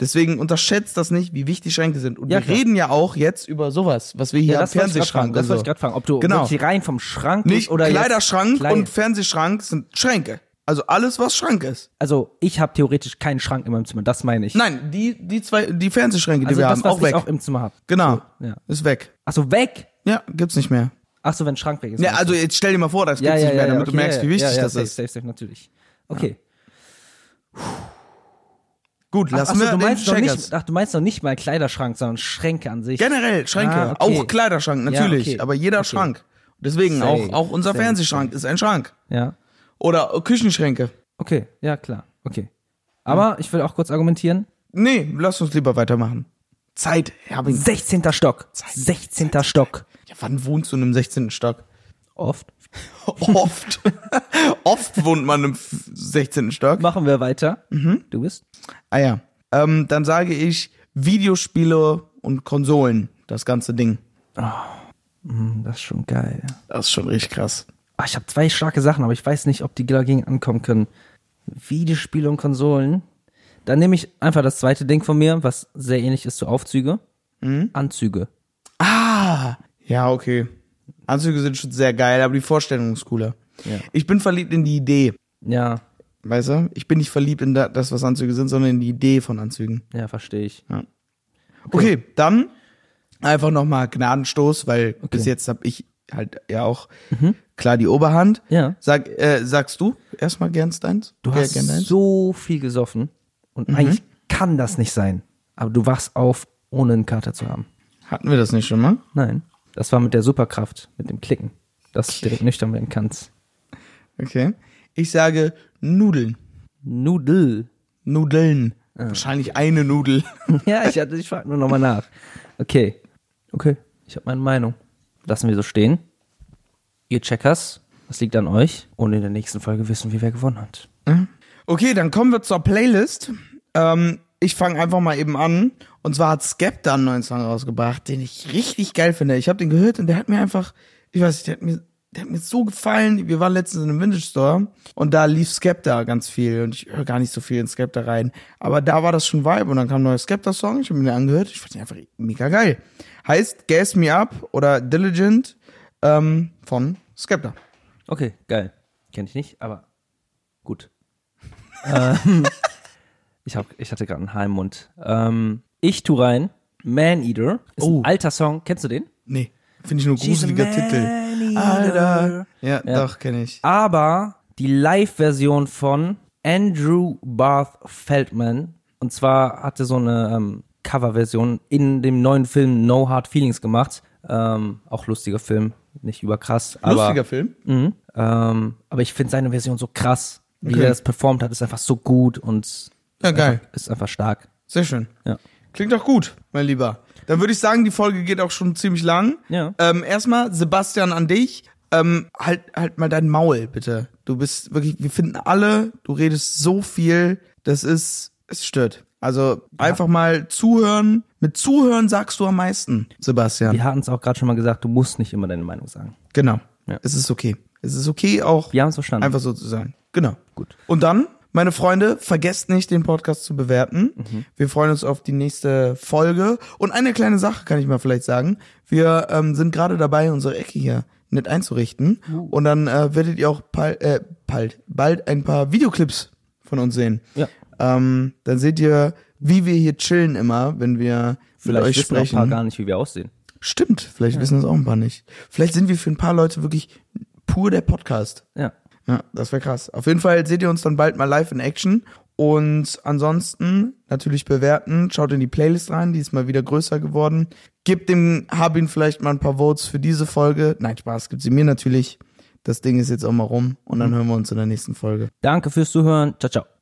B: Deswegen unterschätzt das nicht, wie wichtig Schränke sind. Und
A: Ja,
B: wir
A: klar.
B: reden ja auch jetzt über sowas, was wir hier am
A: das wollte ich grad fragen,
B: Fernsehschrank
A: Das
B: und so.
A: wollte ich gerade fragen, ob du
B: Genau.
A: wirklich rein vom Schrank
B: Nicht
A: oder jetzt-
B: Kleiderschrank
A: Kleid-
B: und Fernsehschrank sind Schränke. Also alles, was Schrank ist.
A: also ich habe theoretisch keinen Schrank in meinem Zimmer, das meine ich.
B: Nein, die, die zwei, die Fernsehschränke, die
A: also
B: wir
A: das,
B: haben,
A: was
B: auch weg.
A: ich auch im Zimmer habe.
B: genau.
A: ja.
B: Ist weg.
A: Achso, weg.
B: Ja, gibt's nicht mehr.
A: Achso, wenn Schrank weg ist.
B: Ja,
A: meinst
B: also jetzt stell dir mal vor, das
A: du? ja,
B: gibt's
A: ja,
B: nicht
A: ja,
B: mehr,
A: ja,
B: damit
A: okay,
B: du merkst,
A: ja,
B: wie wichtig
A: ja, ja,
B: das
A: safe,
B: ist.
A: Safe, safe, natürlich. Okay.
B: Gut, lassen
A: Achso,
B: wir
A: du
B: den
A: meinst, noch
B: Checkers.
A: nicht, ach, du meinst noch nicht mal Kleiderschrank, sondern Schränke an sich.
B: Generell Schränke,
A: Ah, okay.
B: auch Kleiderschrank natürlich,
A: Ja, okay.
B: aber jeder
A: Okay.
B: Schrank. Deswegen
A: Safe,
B: auch auch unser
A: safe,
B: Fernsehschrank ist ein Schrank
A: Ja.
B: oder Küchenschränke.
A: Okay, ja, klar. Okay. Aber ich will auch kurz argumentieren.
B: Nee, lass uns lieber weitermachen. Zeit, Herbing.
A: 16. Stock. 16. Stock.
B: Ja, wann wohnst du in einem 16. Stock?
A: Oft.
B: Oft. Oft wohnt man im 16. Stock.
A: Machen wir weiter. Du bist.
B: Ah ja. Ähm, dann sage ich Videospiele und Konsolen, das ganze Ding.
A: Mhm, Das ist schon geil.
B: Das ist schon richtig krass.
A: Ah, ich habe zwei starke Sachen, aber ich weiß nicht, ob die dagegen ankommen können. Videospiele und Konsolen. Dann nehme ich einfach das zweite Ding von mir, was sehr ähnlich ist zu Aufzüge. Mhm. Anzüge.
B: Ja, okay. Anzüge sind schon sehr geil, aber die Vorstellung ist cooler. Ich bin verliebt in die Idee,
A: Ja,
B: weißt du? Ich bin nicht verliebt in da- das, was Anzüge sind, sondern in die Idee von Anzügen.
A: ja, verstehe ich.
B: Okay, dann einfach nochmal Gnadenstoß, weil bis jetzt habe ich halt ja auch klar die Oberhand.
A: Ja.
B: Sag, äh, sagst du erstmal gern deins?
A: Du hast so viel gesoffen und eigentlich kann das nicht sein. Aber du wachst auf, ohne einen Kater zu haben.
B: Hatten wir das nicht schon mal?
A: Nein, das war mit der Superkraft, mit dem Klicken, dass du direkt nüchtern werden kannst.
B: Okay. Ich sage Nudeln.
A: Nudel.
B: Nudeln. Wahrscheinlich eine Nudel.
A: Ja, ich, hatte- ich frage nur nochmal nach. Okay. Okay, ich habe meine Meinung. Lassen wir so stehen. Ihr Checkers, das liegt an euch. Und in der nächsten Folge wissen wir, wer gewonnen hat.
B: Okay, dann kommen wir zur Playlist. Ähm, ich fange einfach mal eben an. Und zwar hat Skepta einen neuen Song rausgebracht, den ich richtig geil finde. Ich habe den gehört und der hat mir einfach, ich weiß nicht, der hat mir, der hat mir so gefallen. Wir waren letztens in einem Vintage Store und da lief Skepta ganz viel und ich höre gar nicht so viel in Skepta rein. Aber da war das schon Vibe und dann kam ein neuer Skepta-Song. Ich habe mir den angehört. Ich fand den einfach mega geil. Heißt Gas Me Up oder Diligent ähm, von Skepta.
A: Okay, geil. Kenne ich nicht, aber gut. ähm, ich, hab, ich hatte gerade einen Haar im Mund. Ähm, ich tu rein. Man Eater ist
B: Oh.
A: ein alter Song. Kennst du den?
B: Nee, finde ich nur
A: She's a
B: gruseliger Titel. Alter. Ja, doch, kenne ich.
A: aber die Live-Version von Andrew Barth Feldman. Und zwar hatte so eine ähm, Cover-Version in dem neuen Film No Hard Feelings gemacht. Ähm, auch lustiger Film, nicht überkrass.
B: Lustiger
A: aber,
B: Film.
A: Ähm, aber ich finde seine Version so krass, wie er das performt hat, ist einfach so gut und
B: Ja, geil.
A: ist einfach stark.
B: Sehr schön.
A: Ja.
B: Klingt doch gut, mein Lieber. Dann würde ich sagen, die Folge geht auch schon ziemlich lang.
A: Ja.
B: Ähm, erstmal, Sebastian, an dich. Ähm, halt, halt mal dein Maul, bitte. Du bist wirklich, wir finden alle, du redest so viel, das ist, es stört. Also einfach mal zuhören. Mit Zuhören sagst du am meisten, Sebastian.
A: Wir hatten es auch gerade schon mal gesagt, du musst nicht immer deine Meinung sagen.
B: Genau.
A: Ja.
B: Es ist okay. Es ist okay, auch
A: Wir haben es verstanden.
B: einfach so zu sein. Genau. Gut. Und dann, meine Freunde, vergesst nicht, den Podcast zu bewerten.
A: Mhm.
B: Wir freuen uns auf die nächste Folge. Und eine kleine Sache kann ich mal vielleicht sagen. Wir ähm, sind gerade dabei, unsere Ecke hier nett einzurichten.
A: Oh.
B: Und dann äh, werdet ihr auch bald, äh, bald, bald ein paar Videoclips von uns sehen.
A: Ja.
B: Ähm, dann seht ihr, wie wir hier chillen immer, wenn wir
A: Vielleicht
B: mit euch
A: wissen auch ein
B: sprechen.
A: paar gar nicht, wie wir aussehen.
B: Stimmt, vielleicht wissen es auch ein paar nicht. Vielleicht sind wir für ein paar Leute wirklich pur der Podcast.
A: Ja.
B: Ja, das wäre krass. Auf jeden Fall seht ihr uns dann bald mal live in Action. Und ansonsten natürlich bewerten, schaut in die Playlist rein, die ist mal wieder größer geworden. Gebt dem Habin vielleicht mal ein paar Votes für diese Folge. Nein, Spaß, gibt sie mir natürlich. Das Ding ist jetzt auch mal rum und dann hören wir uns in der nächsten Folge.
A: Danke fürs Zuhören. Ciao, ciao.